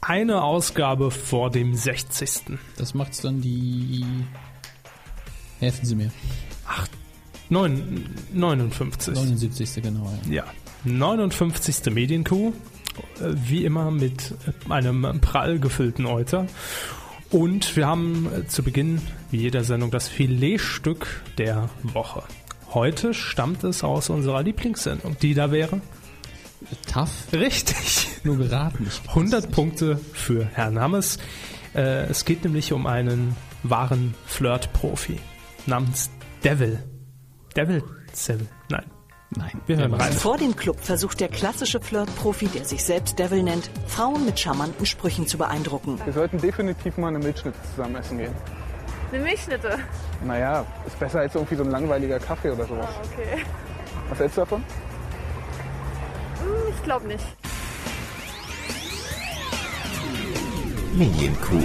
eine Ausgabe vor dem 60. Das macht's dann die. Helfen Sie mir. Neun- 59. 79. genau. Ja. Ja. 59. Medienkuh. äh, Wie immer mit äh, einem prall gefüllten Euter. Und wir haben äh, zu Beginn, wie jeder Sendung, das Filetstück der Woche. Heute stammt es aus unserer Lieblingssendung, die da wäre. Tough, Richtig. nur geraten. 100 Punkte für Herrn Hammes. Äh, es geht nämlich um einen wahren Flirt-Profi namens Devil. Devil? Seville? Nein. Nein. Wir hören rein. Vor dem Club versucht der klassische Flirt-Profi, der sich selbst Devil nennt, Frauen mit charmanten Sprüchen zu beeindrucken. Wir sollten definitiv mal eine Milchschnitte zusammen essen gehen. Eine Milchschnitte. Naja, ist besser als irgendwie so ein langweiliger Kaffee oder sowas. Okay. Was hältst du davon? Hm, Ich glaube nicht. Medienkuh.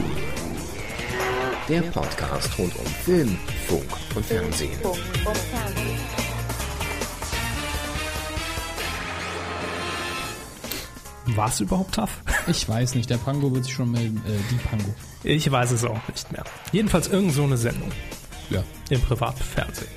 Der Podcast rund um Film, Funk und Fernsehen. War es überhaupt tough? Ich weiß nicht, der Pango wird sich schon melden. Äh, die Pango. Ich weiß es auch nicht mehr. Jedenfalls irgend so eine Sendung Ja. im Privatfernsehen.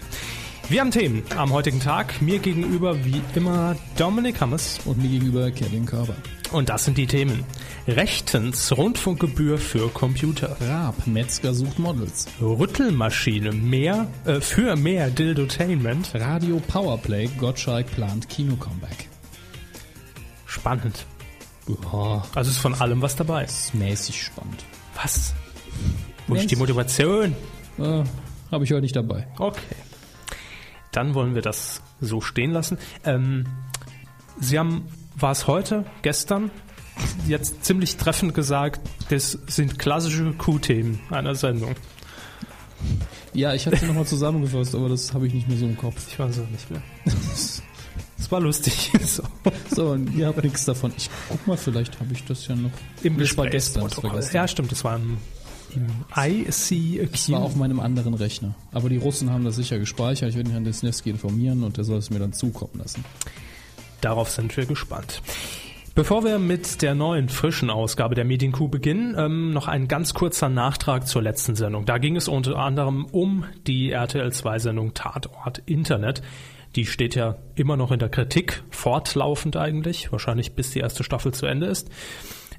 Wir haben Themen am heutigen Tag. Mir gegenüber wie immer Dominik Hammes. Und mir gegenüber Kevin Körber. Und das sind die Themen. Rechtens Rundfunkgebühr für Computer. Raab, Metzger sucht Models. Rüttelmaschine mehr äh, für mehr Dildotainment. Radio Powerplay, Gottschalk plant Kino-Comeback. Spannend. Boah, Also ist von allem was dabei. ist mäßig spannend. Was? Wo Mensch. ist die Motivation? Äh, Habe ich heute nicht dabei. Okay. Dann wollen wir das so stehen lassen. Ähm, Sie haben, war es heute, gestern, jetzt ziemlich treffend gesagt, das sind klassische Q-Themen einer Sendung. Ja, ich hatte sie nochmal zusammengefasst, aber das habe ich nicht mehr so im Kopf. Ich weiß es nicht mehr. Es war lustig. So. So, und ihr habt nichts davon. Ich guck mal, vielleicht habe ich das ja noch. das war gestern. Das war, Gesprächsprotokoll. gestern. Ja, stimmt, das war im, im das war ICQ. auf meinem anderen Rechner. Aber die Russen haben das sicher gespeichert. Ich werde den Herrn Desnevsky informieren und der soll es mir dann zukommen lassen. Darauf sind wir gespannt. Bevor wir mit der neuen, frischen Ausgabe der Medienkuh beginnen, ähm, noch ein ganz kurzer Nachtrag zur letzten Sendung. Da ging es unter anderem um die RTL2-Sendung Tatort Internet. Die steht ja immer noch in der Kritik, fortlaufend eigentlich, wahrscheinlich bis die erste Staffel zu Ende ist.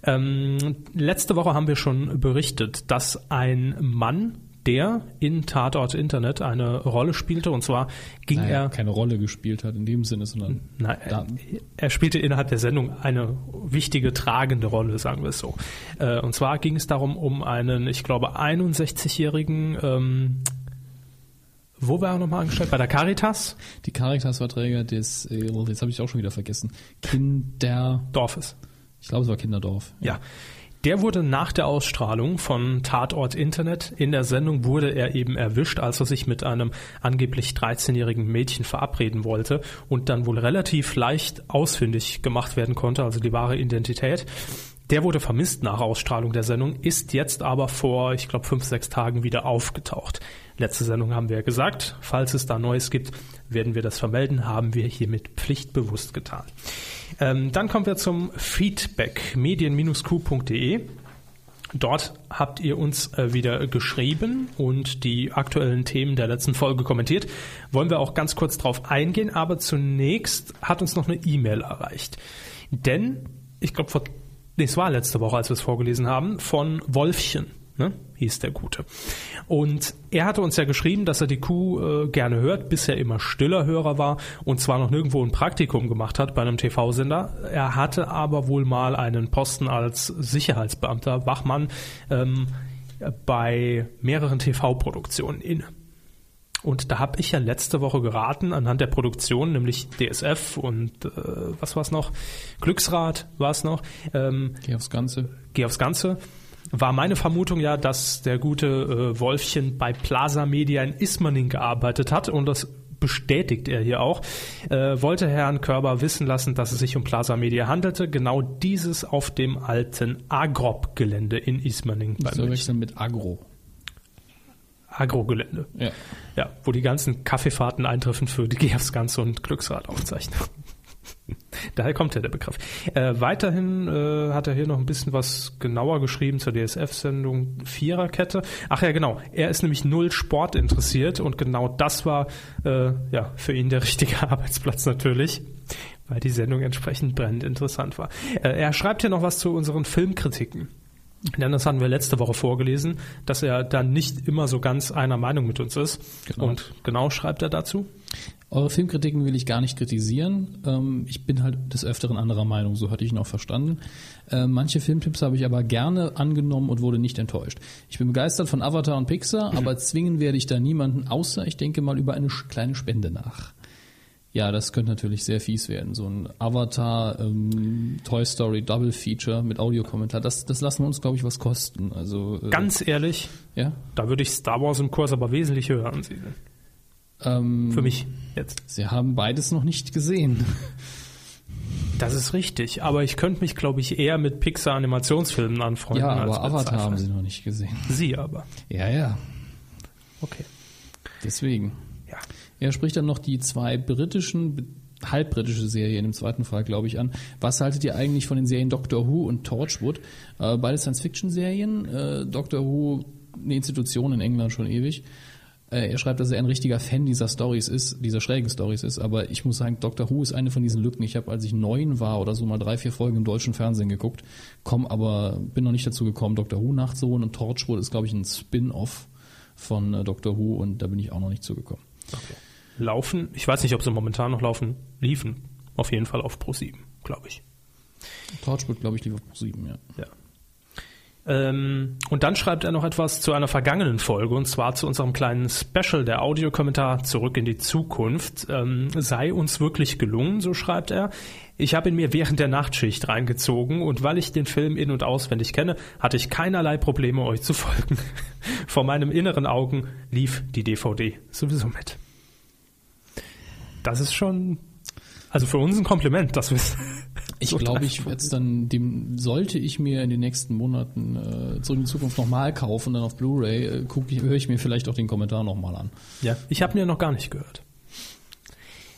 Ähm, letzte Woche haben wir schon berichtet, dass ein Mann, der in Tatort Internet eine Rolle spielte, und zwar ging Naja, er keine Rolle gespielt hat in dem Sinne, sondern Nein, er, Daten. er spielte innerhalb der Sendung eine wichtige, tragende Rolle, sagen wir es so. Äh, und zwar ging es darum, um einen, ich glaube, 61-jährigen, ähm, wo war er nochmal angestellt? Bei der Caritas die Caritas-Verträge des, äh, jetzt habe ich auch schon wieder vergessen, Kinder, Dorfes. ich glaube es war Kinderdorf. Ja. Der wurde nach der Ausstrahlung von Tatort Internet in der Sendung wurde er eben erwischt, als er sich mit einem angeblich 13-jährigen Mädchen verabreden wollte und dann wohl relativ leicht ausfindig gemacht werden konnte, also die wahre Identität. Der wurde vermisst nach Ausstrahlung der Sendung, ist jetzt aber vor, ich glaube, fünf, sechs Tagen wieder aufgetaucht. Letzte Sendung haben wir ja gesagt, falls es da Neues gibt, werden wir das vermelden, haben wir hiermit pflichtbewusst getan. Ähm, dann kommen wir zum Feedback medien-q.de. Dort habt ihr uns äh, wieder geschrieben und die aktuellen Themen der letzten Folge kommentiert. Wollen wir auch ganz kurz drauf eingehen, aber zunächst hat uns noch eine E-Mail erreicht. Denn, ich glaube, vor, nee, es war letzte Woche, als wir es vorgelesen haben, von Wolfchen, ne? hieß der Gute. Und er hatte uns ja geschrieben, dass er die Kuh äh, gerne hört, bisher immer stiller Hörer war und zwar noch nirgendwo ein Praktikum gemacht hat bei einem TV-Sender. Er hatte aber wohl mal einen Posten als Sicherheitsbeamter, Wachmann, ähm, bei mehreren TV-Produktionen inne. Und da habe ich ja letzte Woche geraten, anhand der Produktion, nämlich DSF und äh, was war's noch? Glücksrad war's noch. Ähm, Geh aufs Ganze. Geh aufs Ganze. War meine Vermutung ja, dass der gute äh, Wolfchen bei Plaza Media in Ismaning gearbeitet hat und das bestätigt er hier auch. Äh, wollte Herrn Körber wissen lassen, dass es sich um Plaza Media handelte. Genau dieses auf dem alten Agrop-Gelände in Ismaning bei Nicht zu München. wechseln mit Agro. Agro-Gelände. Ja. Ja, wo die ganzen Kaffeefahrten eintreffen für die GFs Ganze und Glücksradaufzeichnung. Daher kommt ja der Begriff. Äh, weiterhin äh, hat er hier noch ein bisschen was genauer geschrieben zur DSF-Sendung Viererkette. Ach ja, genau. Er ist nämlich null Sport interessiert und genau das war äh, ja für ihn der richtige Arbeitsplatz natürlich, weil die Sendung entsprechend brennend interessant war. Äh, er schreibt hier noch was zu unseren Filmkritiken. Denn das hatten wir letzte Woche vorgelesen, dass er da nicht immer so ganz einer Meinung mit uns ist. Genau. Und genau schreibt er dazu. Eure Filmkritiken will ich gar nicht kritisieren. Ähm, ich bin halt des Öfteren anderer Meinung, so hatte ich ihn auch verstanden. Äh, manche Filmtipps habe ich aber gerne angenommen und wurde nicht enttäuscht. Ich bin begeistert von Avatar und Pixar, aber zwingen werde ich da niemanden, außer ich denke mal über eine sch- kleine Spende nach. Ja, das könnte natürlich sehr fies werden. So ein Avatar, ähm, Toy Story Double Feature mit Audiokommentar, das, das lassen wir uns, glaube ich, was kosten. Also äh, Ganz ehrlich, ja. da würde ich Star Wars im Kurs aber wesentlich höher ansiedeln. Ähm, Für mich jetzt. Sie haben beides noch nicht gesehen. Das ist richtig, aber ich könnte mich, glaube ich, eher mit Pixar-Animationsfilmen anfreunden. Ja, aber mit Avatar haben Sci-Fi. sie noch nicht gesehen. Sie aber. Ja, ja. Okay. Deswegen. Ja. Er spricht dann noch die zwei britischen, be- halbbritische Serien im zweiten Fall, glaube ich, an. Was haltet ihr eigentlich von den Serien Doctor Who und Torchwood? Äh, beide Science-Fiction-Serien. Äh, Doctor Who, eine Institution in England schon ewig. Äh, er schreibt, dass er ein richtiger Fan dieser Stories ist, dieser schrägen Stories ist. Aber ich muss sagen, Doctor Who ist eine von diesen Lücken. Ich habe, als ich neun war oder so, mal drei, vier Folgen im deutschen Fernsehen geguckt. Komm, aber bin noch nicht dazu gekommen. Doctor Who nachzuholen und Torchwood ist, glaube ich, ein Spin-off von äh, Doctor Who und da bin ich auch noch nicht zugekommen. Laufen, ich weiß nicht, ob sie momentan noch laufen, liefen. Auf jeden Fall auf Pro 7, glaube ich. Torchwood, glaube ich, lieber Pro 7, ja. Ja. Ähm, und dann schreibt er noch etwas zu einer vergangenen Folge, und zwar zu unserem kleinen Special, der Audiokommentar Zurück in die Zukunft. Ähm, sei uns wirklich gelungen, so schreibt er. Ich habe ihn mir während der Nachtschicht reingezogen und weil ich den Film in- und auswendig kenne, hatte ich keinerlei Probleme, euch zu folgen. Vor meinem inneren Augen lief die DVD sowieso mit. Das ist schon, also für uns ein Kompliment, dass wir es Ich So glaube, live ich von- werde dann, dem sollte ich mir in den nächsten Monaten äh, zurück in die Zukunft nochmal kaufen, dann auf Blu-ray, äh, guck ich, höre ich mir vielleicht auch den Kommentar nochmal an. Ja. Ich habe mir noch gar nicht gehört.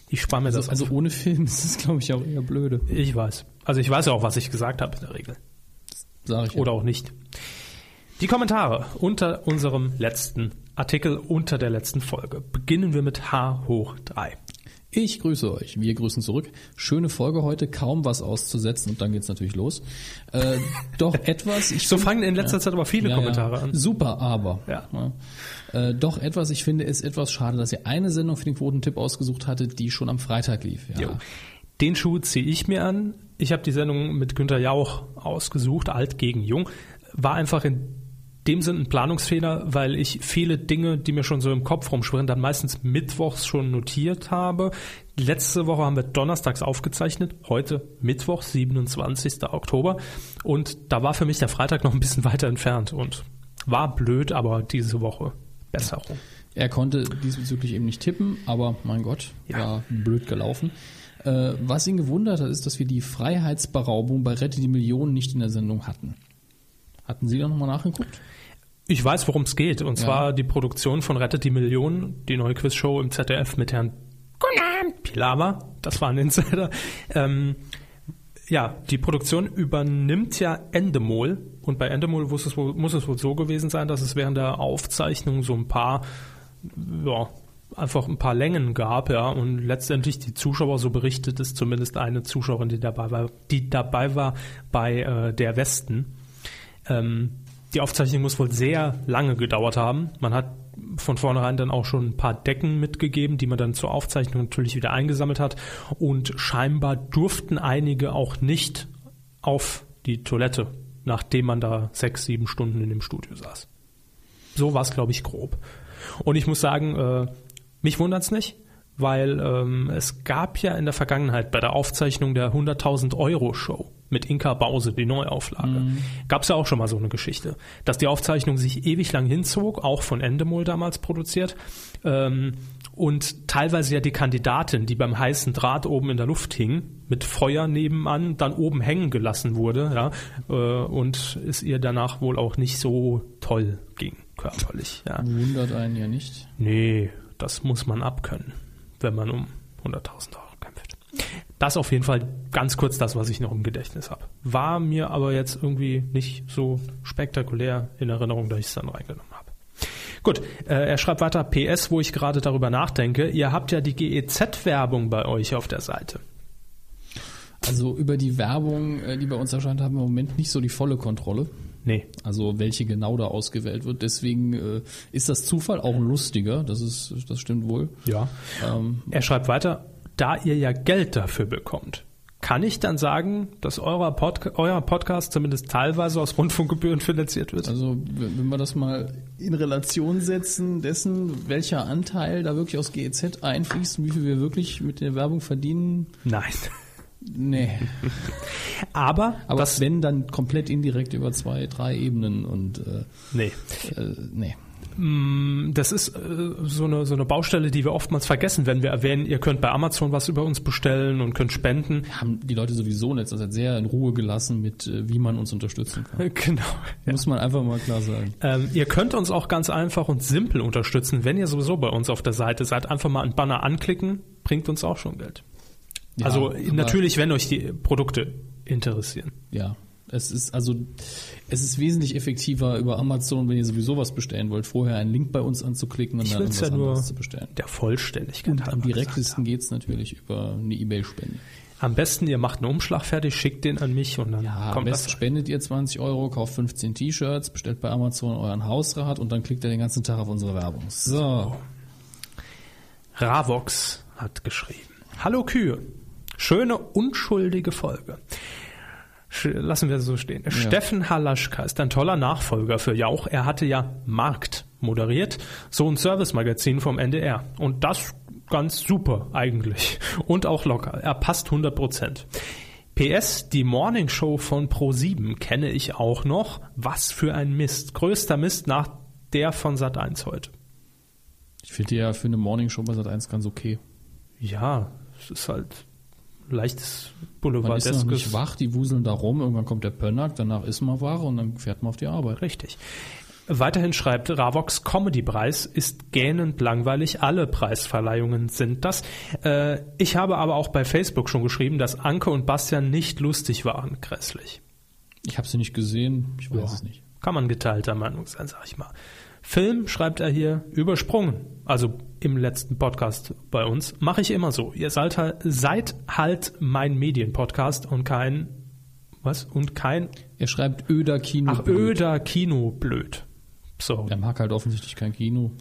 Ich spare mir das. Also, also auf. ohne Film ist es, glaube ich, auch eher blöde. ich weiß. Also ich weiß ja auch, was ich gesagt habe in der Regel. Sag ich. Oder auch nicht. Die Kommentare unter unserem letzten Artikel, unter der letzten Folge. Beginnen wir mit H hoch 3. Ich grüße euch. Wir grüßen zurück. Schöne Folge heute, kaum was auszusetzen und dann geht's natürlich los. Äh, doch etwas. Ich So find- fangen in letzter Ja. Zeit aber viele Ja, Kommentare ja. an. Super, aber. Ja. Äh, doch etwas, ich finde, ist etwas schade, dass ihr eine Sendung für den Quotentipp ausgesucht hattet, die schon am Freitag lief. Ja. Jo. Den Schuh ziehe ich mir an. Ich habe die Sendung mit Günter Jauch ausgesucht, alt gegen jung. War einfach in dem Sinn ein Planungsfehler, weil ich viele Dinge, die mir schon so im Kopf rumschwirren, dann meistens mittwochs schon notiert habe. Letzte Woche haben wir donnerstags aufgezeichnet, heute Mittwoch, 27. Oktober. Und da war für mich der Freitag noch ein bisschen weiter entfernt und war blöd, aber diese Woche Besserung. Er konnte diesbezüglich eben nicht tippen, aber mein Gott, Ja. war blöd gelaufen. Äh, was ihn gewundert hat, ist, dass wir die Freiheitsberaubung bei Rette die Millionen nicht in der Sendung hatten. Hatten Sie da nochmal nachgeguckt? Ich weiß, worum es geht. Und zwar die Produktion von Rettet die Millionen, die neue Quizshow im ZDF mit Herrn Conan Pilawa. Das war ein Insider. Ähm, ja, die Produktion übernimmt ja Endemol. Und bei Endemol muss es, wohl, muss es wohl so gewesen sein, dass es während der Aufzeichnung so ein paar, ja, einfach ein paar Längen gab, ja. Und letztendlich die Zuschauer, so berichtet es zumindest eine Zuschauerin, die dabei war, die dabei war bei äh, der Westen. Ähm, die Aufzeichnung muss wohl sehr lange gedauert haben. Man hat von vornherein dann auch schon ein paar Decken mitgegeben, die man dann zur Aufzeichnung natürlich wieder eingesammelt hat. Und scheinbar durften einige auch nicht auf die Toilette, nachdem man da sechs, sieben Stunden in dem Studio saß. So war es, glaube ich, grob. Und ich muss sagen, äh, mich wundert's nicht, weil ähm, es gab ja in der Vergangenheit bei der Aufzeichnung der 100.000 Euro Show mit Inka Bause, die Neuauflage, gab's ja auch schon mal so eine Geschichte, dass die Aufzeichnung sich ewig lang hinzog, auch von Endemol damals produziert. Ähm, und teilweise ja die Kandidatin, die beim heißen Draht oben in der Luft hing, mit Feuer nebenan, dann oben hängen gelassen wurde, ja, äh, und es ihr danach wohl auch nicht so toll ging, körperlich, ja. Wundert einen ja nicht. Nee, das muss man abkönnen, wenn man um 100.000 Euro kämpft. Das auf jeden Fall ganz kurz das, was ich noch im Gedächtnis habe. War mir aber jetzt irgendwie nicht so spektakulär in Erinnerung, dass ich es dann reingenommen habe. Gut, äh, er schreibt weiter PS, wo ich gerade darüber nachdenke. Ihr habt ja die GEZ-Werbung bei euch auf der Seite. Also über die Werbung, äh, die bei uns erscheint, haben wir im Moment nicht so die volle Kontrolle. Nee. Also welche genau da ausgewählt wird. Deswegen äh, ist das Zufall auch ein lustiger. Das ist, das stimmt wohl. Ja. Ähm, Er schreibt weiter, da ihr ja Geld dafür bekommt, kann ich dann sagen, dass eurer Podca euer Podcast zumindest teilweise aus Rundfunkgebühren finanziert wird? also w- wenn wir das mal in Relation setzen, dessen, welcher Anteil da wirklich aus GEZ einfließt und wie viel wir wirklich mit der Werbung verdienen, Nein. nee. Aber, Aber das, wenn, dann komplett indirekt über zwei, drei Ebenen und äh, nee. äh, nee. Das ist äh, so eine, so eine Baustelle, die wir oftmals vergessen, wenn wir erwähnen, ihr könnt bei Amazon was über uns bestellen und könnt spenden. Haben die Leute sowieso in letzter Zeit sehr in Ruhe gelassen mit, äh, wie man uns unterstützen kann. Genau. Muss man einfach mal klar sagen. Ähm, ihr könnt uns auch ganz einfach und simpel unterstützen, wenn ihr sowieso bei uns auf der Seite seid. Einfach mal einen Banner anklicken, bringt uns auch schon Geld. Ja, also aber- natürlich, wenn euch die Produkte interessieren. Ja. Es ist also, es ist wesentlich effektiver über Amazon, wenn ihr sowieso was bestellen wollt, vorher einen Link bei uns anzuklicken und Ich dann will's was ja nur zu bestellen. der Vollständigkeit Und am halber direktesten geht's natürlich über eine Ebay-Spende. gesagt. Am besten, ihr macht einen Umschlag fertig, schickt den an mich und dann Ja, am kommt besten das. spendet ihr 20 Euro, kauft 15 T-Shirts, bestellt bei Amazon euren Hausrat und dann klickt ihr den ganzen Tag auf unsere Werbung. So. Ravox hat geschrieben. Hallo Kühe. Schöne, unschuldige Folge. Sch lassen wir so stehen. Steffen Halaschka ist ein toller Nachfolger für Jauch. Er hatte ja Markt moderiert, so ein Service-Magazin vom NDR. Und das ganz super eigentlich. Und auch locker. Er passt 100 Prozent. PS, die Morning Show von Pro7 kenne ich auch noch. Was für ein Mist. Größter Mist nach der von Sat1 heute. Ich finde ja für eine Morningshow bei Sat1 ganz okay. Ja, es ist halt leichtes Man ist noch nicht Boulevardeskes. wach, die wuseln da rum, irgendwann kommt der Pönnack, danach isst man wach und dann fährt man auf die Arbeit. Richtig. Weiterhin schreibt Ravox Comedy Preis ist gähnend langweilig. Alle Preisverleihungen sind das. Äh, ich habe aber auch bei Facebook schon geschrieben, dass Anke und Bastian nicht lustig waren. Grässlich. Ich habe sie nicht gesehen, ich weiß Ja. es nicht. Kann man geteilter Meinung sein, sag ich mal. Film schreibt er hier übersprungen. Also im letzten Podcast bei uns. Mache ich immer so. Ihr seid halt, seid halt mein Medienpodcast und kein, was? Und kein Er schreibt öder Kino. Ach, blöd. öder Kino, blöd. So, Er mag halt offensichtlich kein Kino.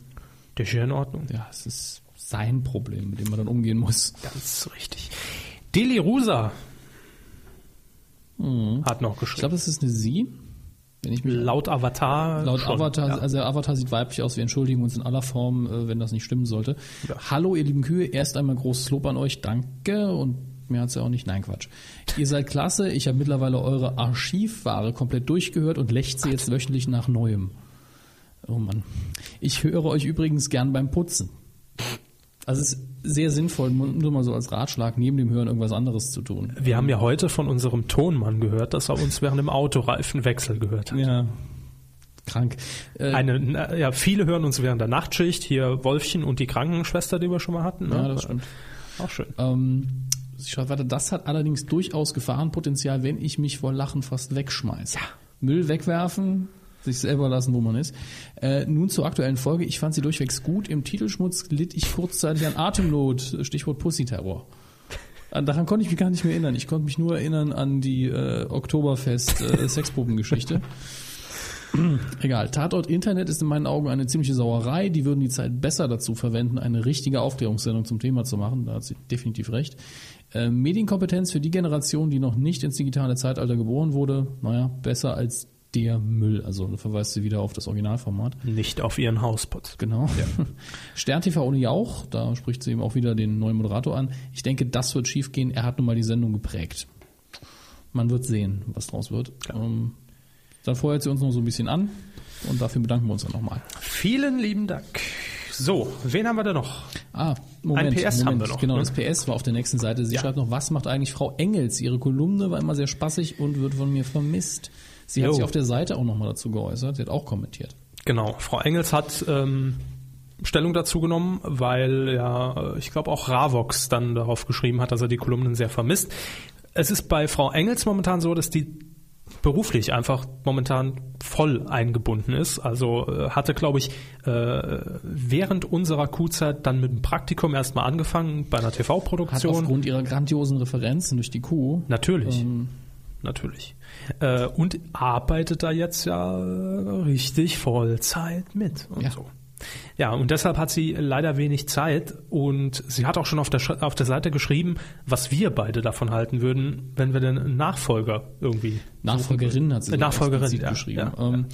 der ist ja in Ordnung. Ja, es ist sein Problem, mit dem man dann umgehen muss. Ganz richtig. Deli Rusa Mhm. hat noch Ich geschrieben. glaube, das ist eine Sie. Wenn ich mich laut Avatar. laut schon, Avatar, ja. also der Avatar sieht weiblich aus. Wir entschuldigen uns in aller Form, äh, wenn das nicht stimmen sollte. Hallo, ihr lieben Kühe. Erst einmal großes Lob an euch. Danke. Und mehr hat's ja auch nicht. Nein, Quatsch. Ihr seid klasse. Ich habe mittlerweile eure Archivware komplett durchgehört und lechze jetzt wöchentlich nach Neuem. Oh Mann. Ich höre euch übrigens gern beim Putzen. Also es ist sehr sinnvoll, nur mal so als Ratschlag, neben dem Hören irgendwas anderes zu tun. Wir haben ja heute von unserem Tonmann gehört, dass er uns während dem Autoreifenwechsel gehört hat. Ja. Krank. Äh, Eine, na, ja, viele hören uns während der Nachtschicht. Hier Wolfchen und die Krankenschwester, die wir schon mal hatten. ne? ja, das stimmt. Auch schön. Ähm, ich schreibe weiter, das hat allerdings durchaus Gefahrenpotenzial, wenn ich mich vor Lachen fast wegschmeiße. Müll wegwerfen, sich selber lassen, wo man ist. Äh, nun zur aktuellen Folge. Ich fand sie durchwegs gut. Im Titelschmutz litt ich kurzzeitig an Atemnot, Stichwort Pussy-Terror. An- Daran konnte ich mich gar nicht mehr erinnern. Ich konnte mich nur erinnern an die äh, Oktoberfest-Sexprobengeschichte. Egal. Tatort Internet ist in meinen Augen eine ziemliche Sauerei. Die würden die Zeit besser dazu verwenden, eine richtige Aufklärungssendung zum Thema zu machen. Da hat sie definitiv recht. Äh, Medienkompetenz für die Generation, die noch nicht ins digitale Zeitalter geboren wurde, naja, besser als der Müll. Also da verweist sie wieder auf das Originalformat. Nicht auf ihren Hausputz. Genau. Stern TV ohne Jauch, da spricht sie eben auch wieder den neuen Moderator an. Ich denke, das wird schiefgehen. Er hat nun mal die Sendung geprägt. Man wird sehen, was draus wird. Ähm, dann feuert sie uns noch so ein bisschen an und dafür bedanken wir uns dann nochmal. Vielen lieben Dank. So, wen haben wir da noch? Ah, Moment. Ein PS Moment. haben wir noch, Genau, ne? das PS war auf der nächsten Seite. Sie Ja. schreibt noch, was macht eigentlich Frau Engels? Ihre Kolumne war immer sehr spaßig und wird von mir vermisst. Sie Jo. hat sich auf der Seite auch nochmal dazu geäußert. Sie hat auch kommentiert. Genau, Frau Engels hat ähm, Stellung dazu genommen, weil ja, ich glaube auch Ravox dann darauf geschrieben hat, dass er die Kolumnen sehr vermisst. Es ist bei Frau Engels momentan so, dass die beruflich einfach momentan voll eingebunden ist. Also äh, hatte, glaube ich, äh, während unserer Kuhzeit dann mit dem Praktikum erstmal angefangen bei einer Hat TV-Produktion. aufgrund ihrer grandiosen Referenzen durch die Kuh. Natürlich. Ähm, Natürlich. Äh, und arbeitet da jetzt ja äh, richtig Vollzeit mit und Ja. so. Ja, und deshalb hat sie leider wenig Zeit und sie hat auch schon auf der, Sch- auf der Seite geschrieben, was wir beide davon halten würden, wenn wir den Nachfolger irgendwie. Nachfolgerin hat sie Äh, sogar Nachfolgerin, explizit ja, geschrieben. ja, ähm,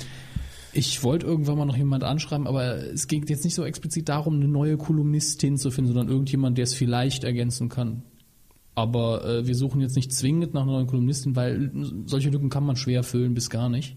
Ich wollte irgendwann mal noch jemand anschreiben, aber es ging jetzt nicht so explizit darum, eine neue Kolumnistin zu finden, sondern irgendjemand, der es vielleicht ergänzen kann. Aber äh, wir suchen jetzt nicht zwingend nach einer neuen Kolumnistin, weil solche Lücken kann man schwer füllen bis gar nicht.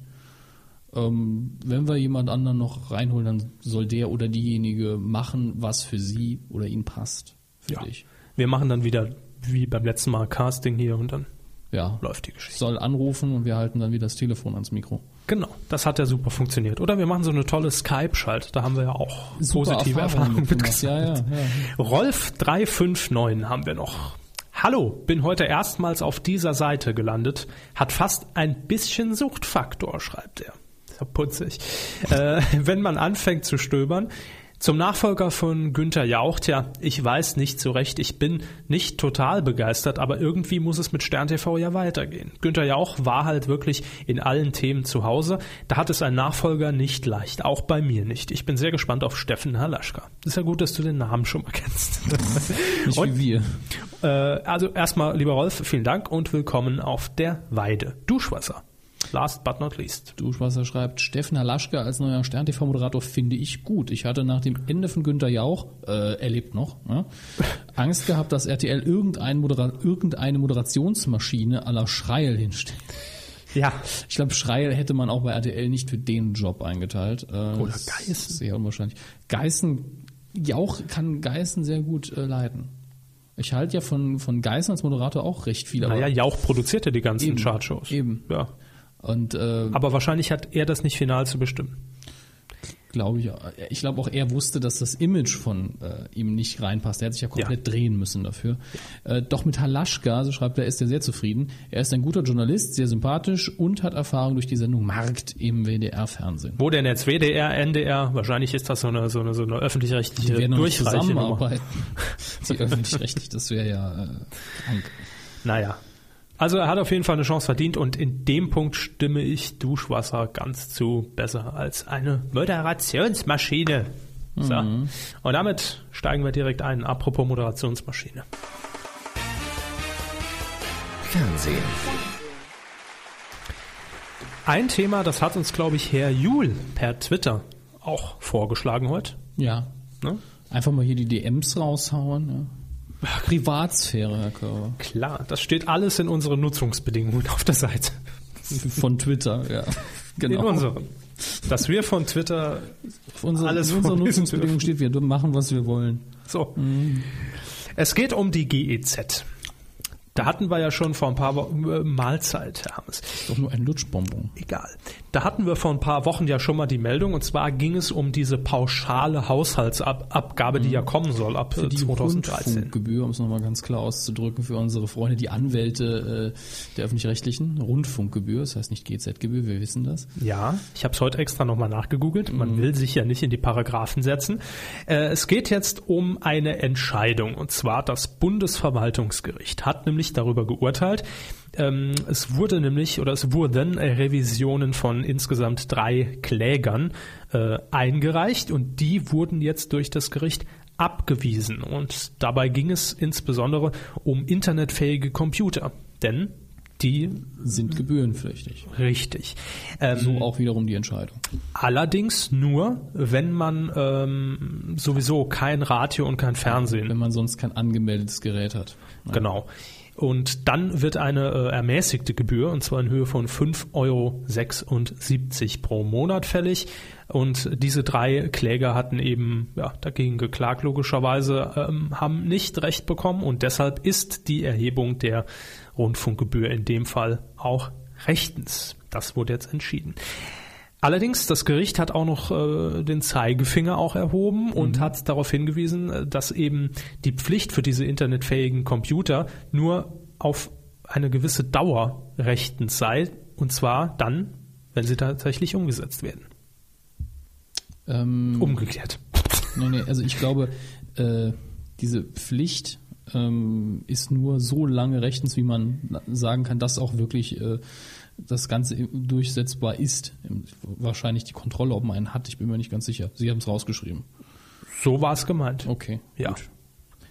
Ähm, wenn wir jemand anderen noch reinholen, dann soll der oder diejenige machen, was für sie oder ihn passt. Für Ja. dich. Wir machen dann wieder wie beim letzten Mal Casting hier und dann Ja. läuft die Geschichte. Soll anrufen und wir halten dann wieder das Telefon ans Mikro. Genau, das hat ja super funktioniert. Oder wir machen so eine tolle Skype-Schalt, da haben wir ja auch Super positive Erfahrungen Erfahrungen mit mitgemacht. Ja, ja, gesammelt. Rolf359 haben wir noch. Hallo, bin heute erstmals auf dieser Seite gelandet. Hat fast ein bisschen Suchtfaktor, schreibt er. Ist ja putzig. äh, wenn man anfängt zu stöbern. Zum Nachfolger von Günther Jaucht, ja, ich weiß nicht so recht, ich bin nicht total begeistert, aber irgendwie muss es mit Stern TV ja weitergehen. Günther Jauch war halt wirklich in allen Themen zu Hause. Da hat es ein Nachfolger nicht leicht, auch bei mir nicht. Ich bin sehr gespannt auf Steffen Halaschka. Ist ja gut, dass du den Namen schon mal kennst. Nicht Und- wie wir. äh, also erstmal, lieber Rolf, vielen Dank und willkommen auf der Weide. Duschwasser. Last but not least. Duschwasser schreibt, Steffen Halaschka als neuer Stern-TV-Moderator finde ich gut. Ich hatte nach dem Ende von Günter Jauch, äh, er lebt noch, ne, Angst gehabt, dass RTL irgendein Modera irgendeine Moderationsmaschine à la Schreil hinstellt. Ja. Ich glaube, Schreil hätte man auch bei RTL nicht für den Job eingeteilt. Äh, Oder Geißen. Sehr unwahrscheinlich. Geißen, Jauch kann Geißen sehr gut äh, leiten. Ich halte ja von, von Geißen als Moderator auch recht viel. aber- Naja, Jauch produzierte die ganzen Eben, Chartshows. eben. Ja. Und äh, Aber wahrscheinlich hat er das nicht final zu bestimmen. glaube ich. äh, Ich glaube auch, er wusste, dass das Image von äh, ihm nicht reinpasst. Er hat sich ja komplett drehen müssen dafür. Äh, doch mit Halaschka, so schreibt er, ist er sehr zufrieden. Er ist ein guter Journalist, sehr sympathisch und hat Erfahrung durch die Sendung Markt im WDR-Fernsehen. Wo denn jetzt? WDR, NDR? Wahrscheinlich ist das so eine, so eine, so eine öffentlich-rechtliche werden noch nicht durchreiche Nummer. zusammenarbeiten. Die öffentlich-rechtlich, das wäre ja äh, krank. Naja. Also er hat auf jeden Fall eine Chance verdient und in dem Punkt stimme ich Duschwasser ganz zu besser als eine Moderationsmaschine. So. Mhm. Und damit steigen wir direkt ein. Apropos Moderationsmaschine. Fernsehen. Ein Thema, das hat uns, glaube ich, Herr Juhl per Twitter auch vorgeschlagen heute. Ja. Ne? Einfach mal hier die DMs raushauen. Ja. Privatsphäre, Herr Körber. Klar, das steht alles in unseren Nutzungsbedingungen auf der Seite. Von Twitter, ja. Genau. In unseren. Dass wir von Twitter Auf unsere, Alles in unserer vorlesen Nutzungsbedingung steht, wir machen, was wir wollen. So. Es geht um die GEZ. Da hatten wir ja schon vor ein paar Wochen äh, Mahlzeit, Hermes. Ist doch nur ein Lutschbonbon. Egal. Da hatten wir vor ein paar Wochen ja schon mal die Meldung und zwar ging es um diese pauschale Haushaltsabgabe, die ja kommen soll ab äh, Die 2013. Rundfunkgebühr, um es nochmal ganz klar auszudrücken, für unsere Freunde, die Anwälte äh, der öffentlich-rechtlichen, Rundfunkgebühr, das heißt nicht GZ-Gebühr, wir wissen das. Ja, ich habe es heute extra nochmal nachgegoogelt. Man will sich ja nicht in die Paragraphen setzen. Äh, es geht jetzt um eine Entscheidung und zwar das Bundesverwaltungsgericht hat nämlich darüber geurteilt. Ähm, es wurde nämlich oder es wurden äh, Revisionen von insgesamt drei Klägern äh, eingereicht und die wurden jetzt durch das Gericht abgewiesen. Und dabei ging es insbesondere um internetfähige Computer, denn die Sind gebührenpflichtig. richtig. Ähm, So auch wiederum die Entscheidung. Allerdings nur, wenn man ähm, sowieso kein Radio und kein Fernsehen. Wenn man sonst kein angemeldetes Gerät hat. Genau. Und dann wird eine äh, ermäßigte Gebühr, und zwar in Höhe von 5,76 Euro pro Monat fällig. Und diese drei Kläger hatten eben ja, dagegen geklagt, logischerweise, ähm, haben nicht Recht bekommen. Und deshalb ist die Erhebung der Rundfunkgebühr in dem Fall auch rechtens. Das wurde jetzt entschieden. Allerdings, das Gericht hat auch noch äh, den Zeigefinger auch erhoben und hat darauf hingewiesen, äh, dass eben die Pflicht für diese internetfähigen Computer nur auf eine gewisse Dauer rechtens sei, und zwar dann, wenn sie tatsächlich umgesetzt werden. Ähm, Umgekehrt. Nee, nee, also ich glaube, äh, diese Pflicht ähm, ist nur so lange rechtens, wie man na- sagen kann, dass auch wirklich äh, das Ganze im- durchsetzbar ist. Ähm, Wahrscheinlich die Kontrolle, ob man einen hat, ich bin mir nicht ganz sicher. Sie haben es rausgeschrieben. So war es gemeint. Okay. Ja.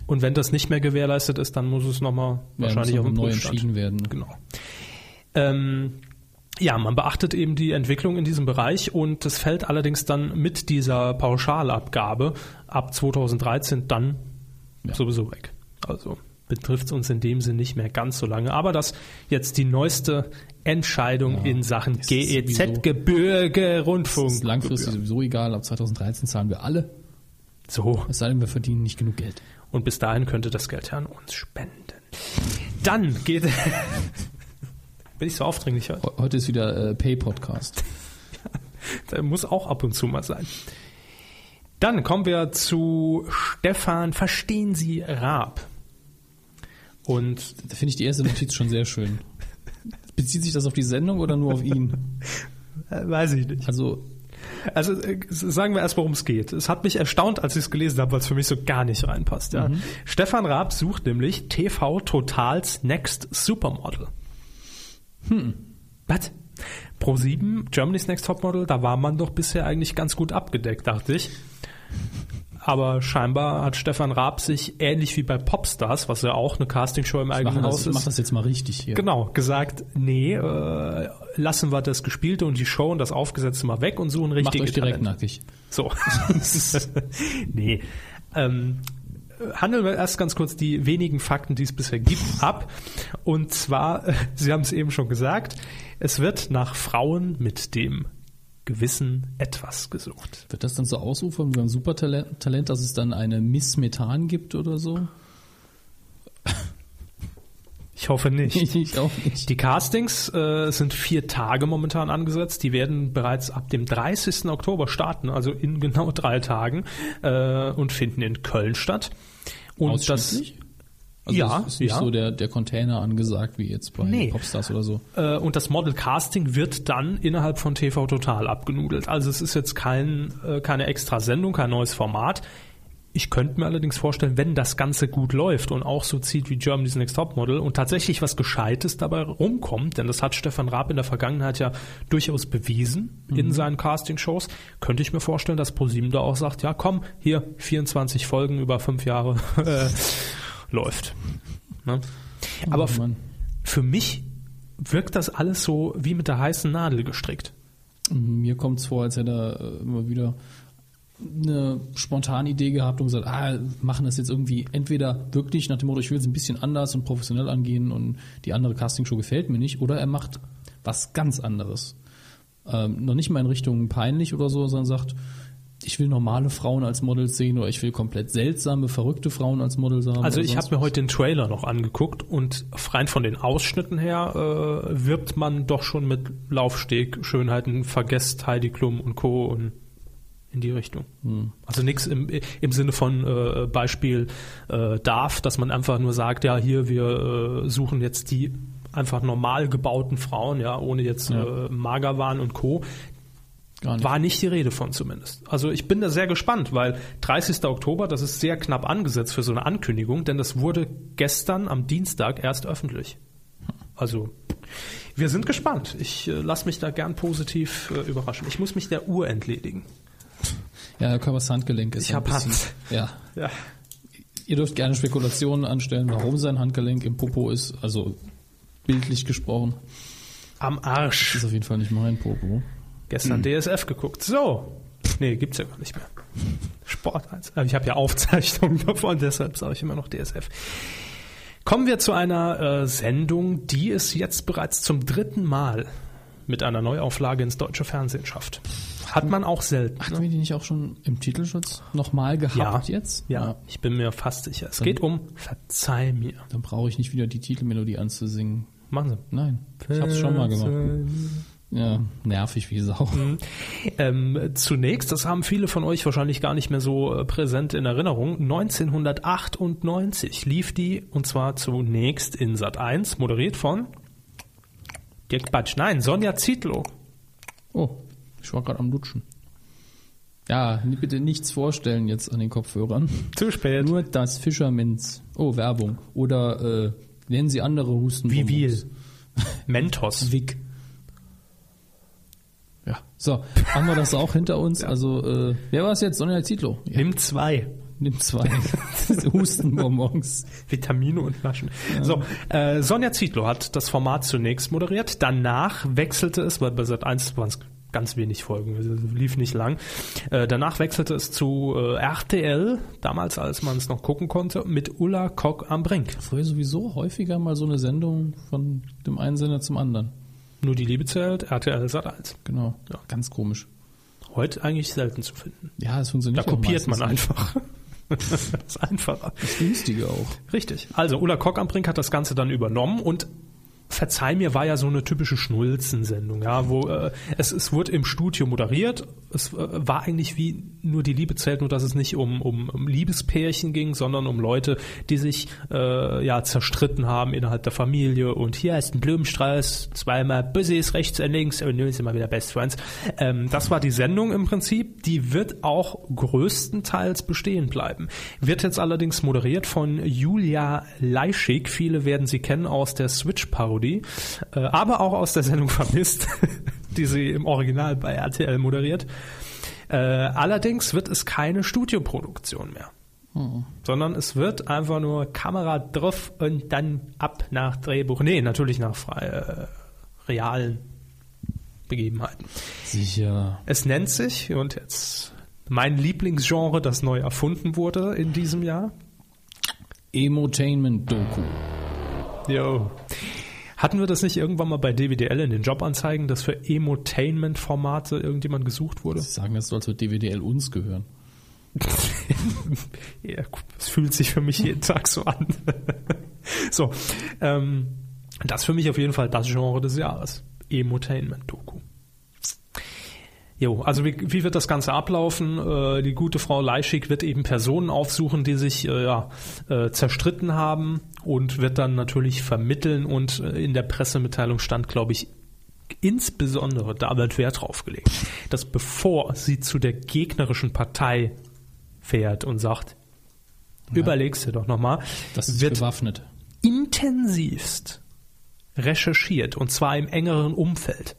Und wenn das nicht mehr gewährleistet ist, dann muss es nochmal wahrscheinlich muss auf noch den neu Prüfstand. entschieden werden. Genau. Ähm, ja, man beachtet eben die Entwicklung in diesem Bereich und es fällt allerdings dann mit dieser Pauschalabgabe ab 2013 dann Ja. sowieso weg. Also betrifft es uns in dem Sinn nicht mehr ganz so lange. Aber dass jetzt die neueste Entscheidung in Sachen es ist sowieso- GEZ-Gebirge, Das ist Rundfunk. langfristig sowieso egal. Ab 2013 zahlen wir alle. So. Es sei denn, wir verdienen nicht genug Geld. Und bis dahin könnte das Geld ja an uns spenden. Dann geht. Bin ich so aufdringlich heute? He- Heute ist wieder äh, Pay-Podcast. Der muss auch ab und zu mal sein. Dann kommen wir zu Stefan Verstehen Sie Raab. Und Da finde ich die erste Notiz schon sehr schön. Bezieht sich das auf die Sendung oder nur auf ihn? äh, weiß ich nicht. Also, Also äh, sagen wir erst, worum es geht. Es hat mich erstaunt, als ich es gelesen habe, weil es für mich so gar nicht reinpasst. Ja. Mhm. Stefan Raab sucht nämlich TV Totals Next Supermodel. Hm. Hm. Was? Pro 7, Germany's Next Topmodel, da war man doch bisher eigentlich ganz gut abgedeckt, dachte ich. Aber scheinbar hat Stefan Raab sich ähnlich wie bei Popstars, was ja auch eine Castingshow im mach eigenen das, Haus mach Genau, ist, das jetzt mal richtig hier. Genau, gesagt, nee, äh, lassen wir das Gespielte und die Show und das Aufgesetzte mal weg und suchen Macht richtige euch direkt Talente. nackig. So. nee. Ähm, handeln wir erst ganz kurz die wenigen Fakten, die es bisher gibt, ab. Und zwar, äh, Sie haben es eben schon gesagt, es wird nach Frauen mit dem Gewissen etwas gesucht. Wird das dann so ausufern wie beim Supertalent, Talent, dass es dann eine Miss Methan gibt oder so? Ich hoffe nicht. ich auch nicht. Die Castings äh, sind vier Tage momentan angesetzt. Die werden bereits ab dem 30. Oktober starten, also in genau drei Tagen, äh, und finden in Köln statt. Und das Ausschließlich? Also Ja, ist nicht ja. so der, der Container angesagt wie jetzt bei Nee. Popstars oder so. Äh, und das Model Casting wird dann innerhalb von TV Total abgenudelt. Also es ist jetzt kein, äh, keine extra Sendung, kein neues Format. Ich könnte mir allerdings vorstellen, wenn das Ganze gut läuft und auch so zieht wie Germany's Next Topmodel und tatsächlich was Gescheites dabei rumkommt, denn das hat Stefan Raab in der Vergangenheit ja durchaus bewiesen in seinen Castingshows, könnte ich mir vorstellen, dass ProSieben da auch sagt, ja komm, hier 24 Folgen über fünf Jahre äh, läuft. Ne? Aber Oh Mann. für mich wirkt das alles so wie mit der heißen Nadel gestrickt. Mir kommt es vor, als hätte er äh, immer wieder eine spontane Idee gehabt und gesagt, ah, machen das jetzt irgendwie entweder wirklich nach dem Motto, ich will es ein bisschen anders und professionell angehen und die andere Castingshow gefällt mir nicht, oder er macht was ganz anderes. Ähm, noch nicht mal in Richtung peinlich oder so, sondern sagt, ich will normale Frauen als Models sehen oder ich will komplett seltsame, verrückte Frauen als Models haben. Also oder ich habe sonst mir was. heute den Trailer noch angeguckt und rein von den Ausschnitten her äh, wirbt man doch schon mit Laufsteg, Schönheiten, vergesst Heidi Klum und Co. und in die Richtung. Hm. Also nichts im, im Sinne von äh, Beispiel äh, darf, dass man einfach nur sagt, ja hier, wir äh, suchen jetzt die einfach normal gebauten Frauen, ja, ohne jetzt Ja. Äh, Magerwahn und Co. Gar nicht. War nicht die Rede von zumindest. Also ich bin da sehr gespannt, weil 30. Oktober, das ist sehr knapp angesetzt für so eine Ankündigung, denn das wurde gestern am Dienstag erst öffentlich. Also wir sind gespannt. Ich äh, lasse mich da gern positiv äh, überraschen. Ich muss mich der Uhr entledigen. Ja, Körpers Handgelenk ist Ich ein hab bisschen- Hand. Ja, Ja. Ihr dürft gerne Spekulationen anstellen, warum sein Handgelenk im Popo ist. Also bildlich gesprochen, Am Arsch. ist auf jeden Fall nicht mein Popo. Hm. Gestern DSF geguckt. So. Nee, gibt's ja gar nicht mehr. Sport 1. Aber ich habe ja Aufzeichnungen davon, deshalb sage ich immer noch DSF. Kommen wir zu einer äh, Sendung, die es jetzt bereits zum dritten Mal mit einer Neuauflage ins deutsche Fernsehen schafft. Hat man auch selten. Hatten wir die nicht auch schon im Titelschutz nochmal gehabt jetzt? Ah, Ja, ich bin mir fast sicher. Es Dann- geht um Verzeih mir. Dann brauche ich nicht wieder die Titelmelodie anzusingen. Machen Sie. Nein, ich habe es schon mal gemacht. Ja, nervig wie Sau. Mhm. Ähm, zunächst, das haben viele von euch wahrscheinlich gar nicht mehr so äh, präsent in Erinnerung, 1998 lief die und zwar zunächst in Sat 1, moderiert von Dirk Batsch. Nein, Sonja Zietlow. Oh, ich war gerade am Lutschen. Ja, n- bitte nichts vorstellen jetzt an den Kopfhörern. Zu spät. Nur das Fischerminz. Oh, Werbung. Oder äh, nennen Sie andere Husten. Vivil. Mentos. Wick. Ja. So, haben wir das auch hinter uns. Also, äh, wer war es jetzt? Sonja Zietlow. Ja, Nimm zwei. nimm zwei. Hustenbonbons. Vitamine und Naschen. So, äh, Sonja Zietlow hat das Format zunächst moderiert. Danach wechselte es, weil bei Sat 1 waren es ganz wenig Folgen, also es lief nicht lang. Äh, danach wechselte es zu äh, RTL, damals als man es noch gucken konnte, mit Ulla Kock am Brink. Früher sowieso häufiger mal so eine Sendung von dem einen Sender zum anderen. Nur die Liebe zählt, RTL Sat 1. Genau. Ganz komisch. Heute eigentlich selten zu finden. Ja, es funktioniert Da auch kopiert man meistens einfach. das ist einfacher. nicht. Günstiger auch. Richtig. Also Ulla Kock am Brink hat das Ganze dann übernommen und Verzeih mir, war ja so eine typische Schnulzensendung, ja, wo äh, es, es wurde im Studio moderiert. Es äh, war eigentlich wie nur die Liebe zählt, nur dass es nicht um, um, um Liebespärchen ging, sondern um Leute, die sich äh, ja zerstritten haben innerhalb der Familie. Und hier ist ein Blumenstrauß, zweimal Bussis rechts und links und nun sind wir wieder Best Friends. Ähm, das war die Sendung im Prinzip. Die wird auch größtenteils bestehen bleiben. Wird jetzt allerdings moderiert von Julia Leischig. Viele werden sie kennen aus der Switch-Parodie, äh, aber auch aus der Sendung Vermisst, die sie im Original bei RTL moderiert. Äh, allerdings wird es keine Studioproduktion mehr. Sondern es wird einfach nur Kamera drauf und dann ab nach Drehbuch. Nee, natürlich nach frei, äh, realen Begebenheiten. Sicher. Es nennt sich, und jetzt mein Lieblingsgenre, das neu erfunden wurde in diesem Jahr. Emotainment-Doku. Yo. Hatten wir das nicht irgendwann mal bei DWDL in den Jobanzeigen, dass für Emotainment-Formate irgendjemand gesucht wurde? Sie sagen das so, als würde DWDL uns gehören. ja, gut, es fühlt sich für mich jeden Tag so an. so, ähm, das für mich auf jeden Fall das Genre des Jahres. Emotainment-Doku. Jo, also wie, wie wird das Ganze ablaufen? Äh, die gute Frau Leischig wird eben Personen aufsuchen, die sich äh, ja, äh, zerstritten haben und wird dann natürlich vermitteln und äh, in der Pressemitteilung stand, glaube ich, insbesondere da wird Wert drauf gelegt, dass bevor sie zu der gegnerischen Partei fährt und sagt, überlegst du doch nochmal, Das ist wird bewaffnet. intensivst recherchiert und zwar im engeren Umfeld.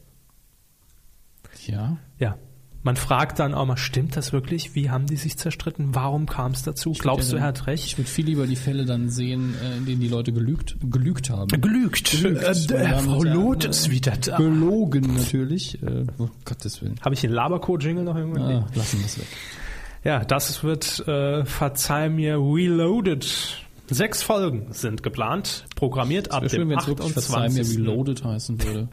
Ja. Ja. Man fragt dann auch mal, stimmt das wirklich? Wie haben die sich zerstritten? Warum kam es dazu? Glaubst du, er hat recht? Ich würde viel lieber die Fälle dann sehen, äh, in denen die Leute gelügt, gelügt haben. Gelügt. Äh, weil äh, dann Frau der Loth andere- ist wieder da. Gelogen natürlich. Äh, oh, Gottes Willen. Habe ich den Labercode-Jingle noch irgendwann? Ah, lassen wir es weg. Ja, das wird, äh, verzeih mir, reloaded. Sechs Folgen sind geplant, programmiert ab Wäre schön, dem, wenn es wirklich verzeih mir 28. reloaded heißen würde.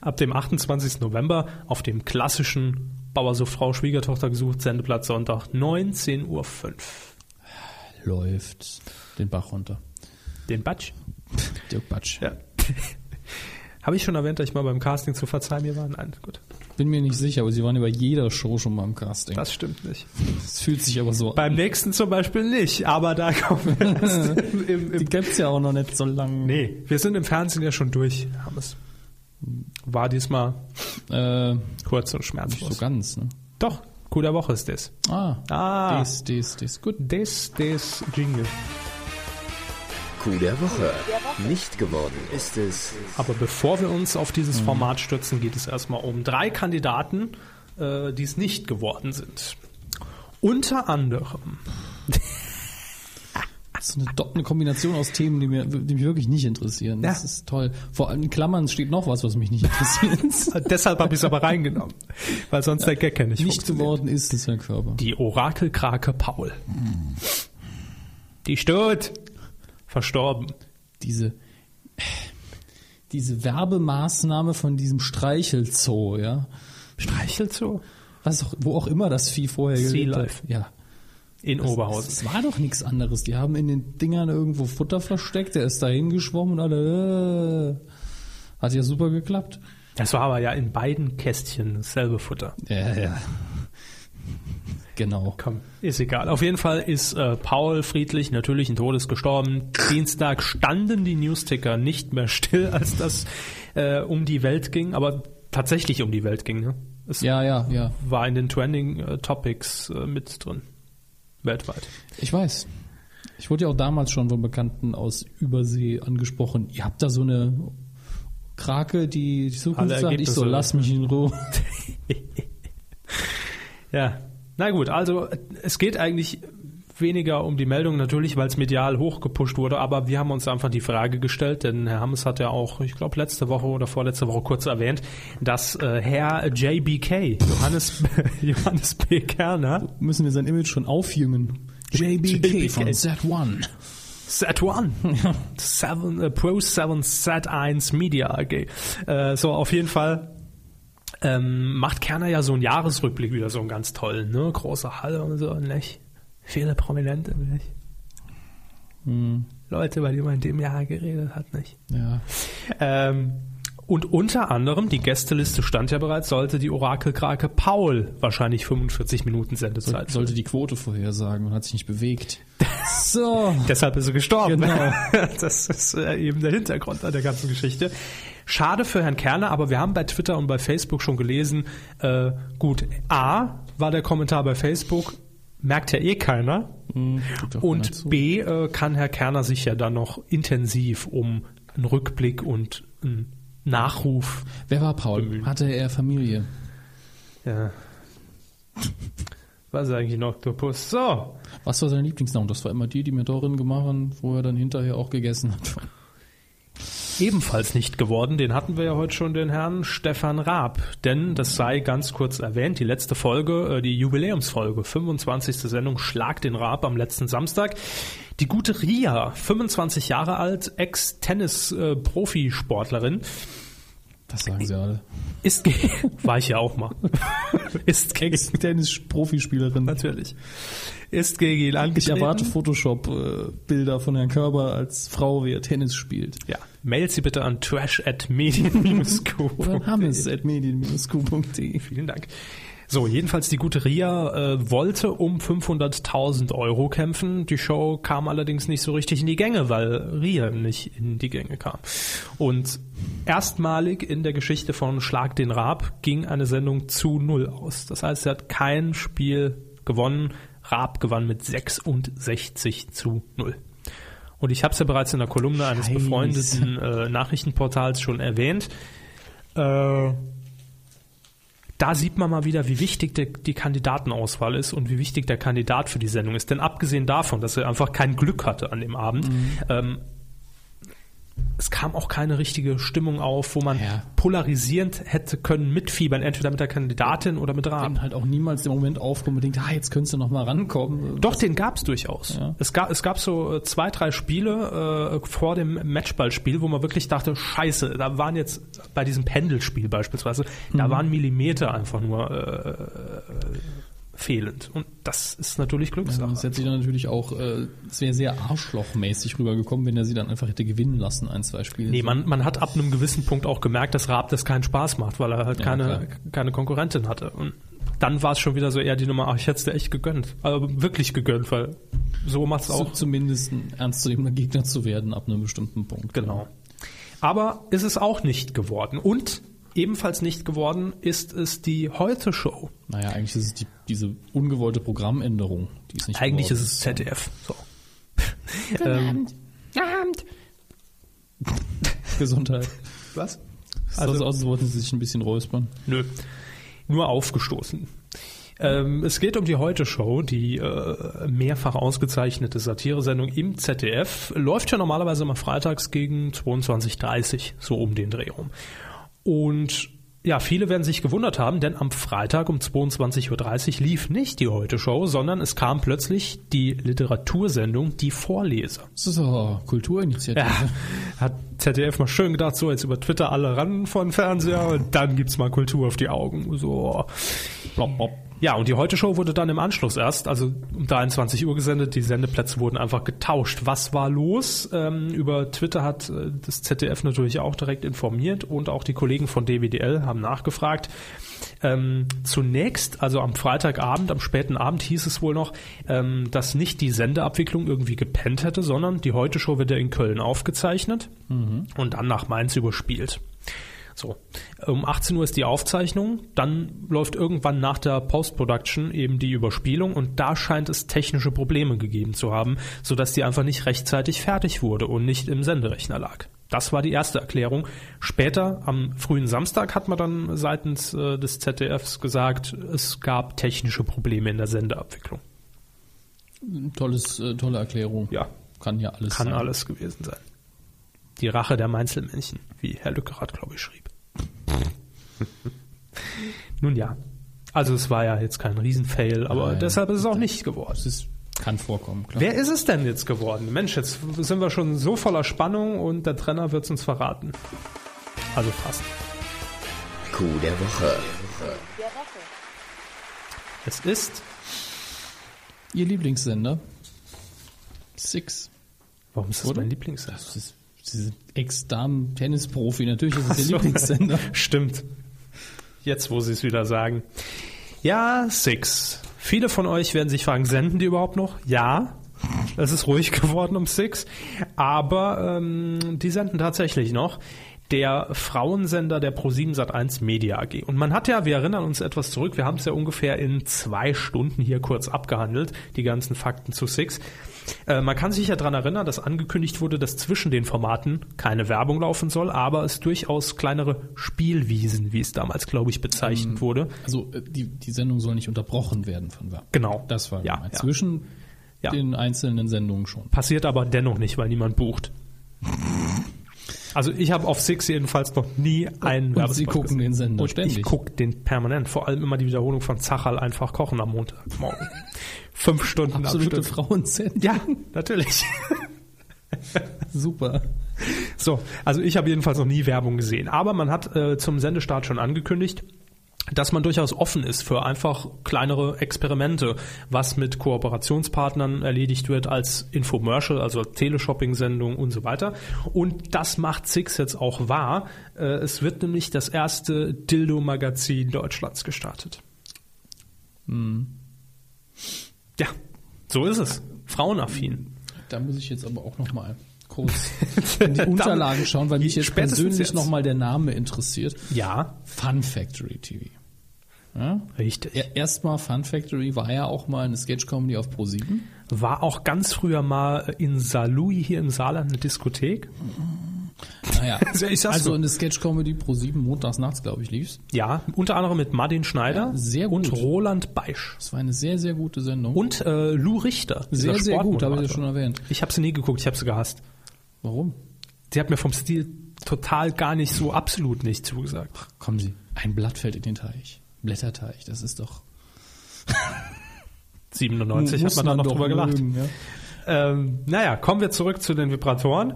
ab dem 28. November auf dem klassischen Bauer so Frau Schwiegertochter gesucht Sendeplatz Sonntag 19.05 Uhr. Läuft den Bach runter. Den Batsch. Dirk Batsch. Ja. Habe ich schon erwähnt, dass ich mal beim Casting zu verzeihen mir war? Nein, gut. Bin mir nicht sicher, aber sie waren ja bei jeder Show schon mal im Casting. Das stimmt nicht. Das fühlt sich aber so Beim nächsten zum Beispiel nicht, aber da kommen wir erst im, im, Die im gibt's ja auch noch nicht so lange. Nee, wir sind im Fernsehen ja schon durch, Hammes. War diesmal Äh, kurz und nicht so schmerzlos. ganz, ne? Doch, cooler Woche ist das. Ah, Ah. das, das, das. Gut. Das, das Jingle. Coup der Woche. Nicht geworden ist es Aber bevor wir uns auf dieses Format stürzen, geht es erstmal um drei Kandidaten, äh, die es nicht geworden sind. Unter anderem Das ist eine, Do- eine Kombination aus Themen, die, mir, die mich wirklich nicht interessieren. Das Ja. ist toll. Vor allem in Klammern steht noch was, was mich nicht interessiert. Deshalb habe ich es aber reingenommen, weil sonst der Gag ja nicht, nicht funktioniert. geworden ist es Herr Körper. Die Orakelkrake Paul. Die stört. Verstorben. Diese, diese Werbemaßnahme von diesem Streichelzoo, ja. Streichelt so. Was auch, wo auch immer das Vieh vorher Sea gelebt hat. Life. Ja. In Oberhausen. Es war doch nichts anderes. Die haben in den Dingern irgendwo Futter versteckt, der ist da hingeschwommen und alle. Äh, hat ja super geklappt. Es war aber ja in beiden Kästchen dasselbe Futter. Ja, ja. Genau. Komm, ist egal. Auf jeden Fall ist äh, Paul friedlich natürlichen Todes gestorben. Dienstag standen die Newsticker nicht mehr still, als das äh, um die Welt ging, aber tatsächlich um die Welt ging. Ne? Es Ja, ja, ja. war in den Trending äh, Topics äh, mit drin. Weltweit. Ich weiß. Ich wurde ja auch damals schon von Bekannten aus Übersee angesprochen. Ihr habt da so eine Krake, die die Zukunft Alle sagt. Ich so, Ergebnisse. lass mich in Ruhe. Ja, na gut, also äh, es geht eigentlich weniger um die Meldung natürlich, weil es medial hochgepusht wurde, aber wir haben uns einfach die Frage gestellt, denn Herr Hammes hat ja auch, ich glaube, letzte Woche oder vorletzte Woche kurz erwähnt, dass äh, Herr JBK, Johannes, Johannes B. Kerner, Müssen wir sein Image schon aufjüngen. JBK. Z1. Set One, Seven, äh, Pro 7 Set 1 Media AG. Äh, so, auf jeden Fall ähm, macht Kerner ja so einen Jahresrückblick wieder, so einen ganz tollen, ne? Große Halle und so, nicht? Viele Prominente, nicht? Leute, bei denen man in dem Jahr geredet hat, nicht? Ja. Ähm, und unter anderem, die Gästeliste stand ja bereits, sollte die Orakelkrake Paul wahrscheinlich 45 Minuten Sendezeit. Sollte die Quote vorhersagen und hat sich nicht bewegt. So. Deshalb ist er gestorben. Genau. Das ist äh, eben der Hintergrund an der ganzen Geschichte. Schade für Herrn Kerner, aber wir haben bei Twitter und bei Facebook schon gelesen, äh, gut, A war der Kommentar bei Facebook, merkt ja eh keiner. guckt auch keiner und zu. B äh, kann Herr Kerner sich ja dann noch intensiv um einen Rückblick und einen Nachruf. Wer war Paul? Hatte er Familie? Ja. äh, Was ist eigentlich ein Oktopus? So, Was war seine Lieblingsnahrung? Das war immer die, die mir Dorin gemacht haben, wo er dann hinterher auch gegessen hat. ebenfalls nicht geworden. Den hatten wir ja heute schon, den Herrn Stefan Raab. Denn, das sei ganz kurz erwähnt, die letzte Folge, äh, die Jubiläumsfolge, 25. Sendung, Schlag den Raab am letzten Samstag. Die gute Ria, 25 Jahre alt, Ex-Tennis-Profisportlerin, Das sagen sie alle. ist, ge- war ich ja auch mal, ist gegen, Tennis-Profispielerin. natürlich, ist gegen ihn Ich angetreten. erwarte Photoshop-Bilder von Herrn Körber als Frau, wie er Tennis spielt. Ja, mail sie bitte an trash at medien-co. Oder hammes.medien-q.de. Vielen Dank. So, jedenfalls die gute Ria äh, wollte um 500.000 Euro kämpfen. Die Show kam allerdings nicht so richtig in die Gänge, weil Ria nicht in die Gänge kam. Und erstmalig in der Geschichte von Schlag den Raab ging eine Sendung zu Null aus. Das heißt, sie hat kein Spiel gewonnen. Raab gewann mit 66 zu Null. Und ich habe es ja bereits in der Kolumne eines Scheiße. befreundeten äh, Nachrichtenportals schon erwähnt. Äh, da sieht man mal wieder, wie wichtig der, die Kandidatenauswahl ist und wie wichtig der Kandidat für die Sendung ist. Denn abgesehen davon, dass er einfach kein Glück hatte an dem Abend, ähm, es kam auch keine richtige Stimmung auf, wo man Ja. polarisierend hätte können mitfiebern, entweder mit der Kandidatin oder mit Raab. Kann halt auch niemals den Moment aufkommen und denkt, ah, jetzt könntest du noch mal rankommen. Doch, den gab's durchaus. Ja. Es, gab, es gab so äh, zwei, drei Spiele äh, vor dem Matchballspiel, wo man wirklich dachte, scheiße, da waren jetzt bei diesem Pendelspiel beispielsweise, Mhm. da waren Millimeter einfach nur äh, äh, fehlend. Und das ist natürlich Glückssache. Das hätte sie dann natürlich auch, äh, es wäre sehr arschlochmäßig rübergekommen, wenn er sie dann einfach hätte gewinnen lassen, ein, zwei Spiele. Nee, man, man hat ab einem gewissen Punkt auch gemerkt, dass Raab das keinen Spaß macht, weil er halt klar. keine, keine Konkurrentin hatte. Und dann war es schon wieder so eher die Nummer, ach, ich hätte es dir echt gegönnt. Also wirklich gegönnt, weil so macht's auch auch zumindest ein ernstzunehmender Gegner zu werden ab einem bestimmten Punkt. Genau. Aber ist es auch nicht geworden. Und ebenfalls nicht geworden ist es die Heute-Show. Naja, eigentlich ist es die, diese ungewollte Programmänderung, die ist nicht Eigentlich ist geworden. es ZDF. So. Gesundheit. Was? Also, Sonst aus, als wollten sie sich ein bisschen räuspern. Nö. Nur aufgestoßen. Ähm, es geht um die Heute-Show, die äh, mehrfach ausgezeichnete Satire-Sendung im ZDF. Läuft ja normalerweise immer freitags gegen 22.30 so um den Dreh rum. Und ja, viele werden sich gewundert haben, denn am Freitag um 22.30 Uhr lief nicht die Heute-Show, sondern es kam plötzlich die Literatursendung Die Vorleser. So, Kulturinitiative. Ja, hat ZDF mal schön gedacht, so jetzt über Twitter alle ran von Fernseher und dann gibt's mal Kultur auf die Augen. So. Blop, blop. Ja, und die Heute-Show wurde dann im Anschluss erst, also um 23 Uhr gesendet. Die Sendeplätze wurden einfach getauscht. Was war los? Ähm, über Twitter hat äh, das ZDF natürlich auch direkt informiert und auch die Kollegen von DWDL haben nachgefragt. Ähm, zunächst, also am Freitagabend, am späten Abend hieß es wohl noch, ähm, dass nicht die Sendeabwicklung irgendwie gepennt hätte, sondern die Heute-Show wird ja in Köln aufgezeichnet und dann nach Mainz überspielt. So, um 18 Uhr ist die Aufzeichnung, dann läuft irgendwann nach der Post-Production eben die Überspielung und da scheint es technische Probleme gegeben zu haben, sodass die einfach nicht rechtzeitig fertig wurde und nicht im Senderechner lag. Das war die erste Erklärung. Später, am frühen Samstag, hat man dann seitens äh, des ZDFs gesagt, es gab technische Probleme in der Sendeabwicklung. Tolles, äh, tolle Erklärung. Ja. Kann ja alles Kann sein. alles gewesen sein. Die Rache der Mainzelmännchen, wie Herr Lückerath, glaube ich, schrieb. Nun ja. Also es war ja jetzt kein Riesenfail, aber Nein. deshalb ist es auch nicht geworden. Es ist, kann vorkommen, klar. Wer ist es denn jetzt geworden? Mensch, jetzt sind wir schon so voller Spannung und der Trainer wird es uns verraten. Also fast. Coup der Woche. Es ist, Ihr Lieblingssender? Six. warum ist das Oder? mein Lieblingssender? Das ist diese Ex-Damen-Tennisprofi. Natürlich ist es ihr So. Lieblingssender. Stimmt. Jetzt, wo sie es wieder sagen. Ja, Six. Viele von euch werden sich fragen, senden die überhaupt noch? Ja. Es ist ruhig geworden um Six. Aber ähm, die senden tatsächlich noch. Der Frauensender der Pro7 Sat1 Media AG. Und man hat ja, wir erinnern uns etwas zurück, wir haben es ja ungefähr in zwei Stunden hier kurz abgehandelt, die ganzen Fakten zu Six. Äh, man kann sich ja daran erinnern, dass angekündigt wurde, dass zwischen den Formaten keine Werbung laufen soll, aber es durchaus kleinere Spielwiesen, wie es damals, glaube ich, bezeichnet wurde. Also äh, die, die Sendung soll nicht unterbrochen werden von Werbung. Genau. Das war ja, gemeint. ja. Zwischen Ja. den einzelnen Sendungen schon. Passiert aber dennoch nicht, weil niemand bucht. Also ich habe auf Six jedenfalls noch nie einen Und Werbespot Sie gucken gesehen. den Sender Und ständig. ich gucke den permanent. Vor allem immer die Wiederholung von Zachal einfach kochen am Montagmorgen. Fünf Stunden am Absolute Stück. Frauensendung. Ja, natürlich. Super. So, also ich habe jedenfalls noch nie Werbung gesehen. Aber man hat äh, zum Sendestart schon angekündigt, dass man durchaus offen ist für einfach kleinere Experimente, was mit Kooperationspartnern erledigt wird als Infomercial, also Teleshopping-Sendung und so weiter. Und das macht Six jetzt auch wahr. Äh, es wird nämlich das erste Dildo-Magazin Deutschlands gestartet. Hm. Ja, so ist es. Frauenaffin. Da muss ich jetzt aber auch nochmal kurz in die Unterlagen schauen, weil mich jetzt Spätestens persönlich jetzt. nochmal der Name interessiert. Ja, Fun Factory TV. Ja? richtig. Ja, Erstmal Fun Factory war ja auch mal eine Sketch-Comedy auf Pro7. War auch ganz früher mal in Salui hier im Saarland eine Diskothek. Naja, Ich sag's also so. eine Sketch-Comedy Pro7 montags nachts, glaube ich, lief's. Ja, unter anderem mit Martin Schneider Ja, sehr und gut. Roland Beisch. Das war eine sehr, sehr gute Sendung. Und äh, Lou Richter. sehr, dieser sehr gut, habe ich Sportmoderator. ja schon erwähnt. Ich habe sie nie geguckt, ich habe sie gehasst. Warum? Sie hat mir vom Stil total gar nicht so absolut nicht zugesagt. Kommen Sie, ein Blatt fällt in den Teich. Blätterteich, das ist doch... 97 muss hat man da noch doch drüber gelacht. mögen, ja. Ähm, naja, kommen wir zurück zu den Vibratoren.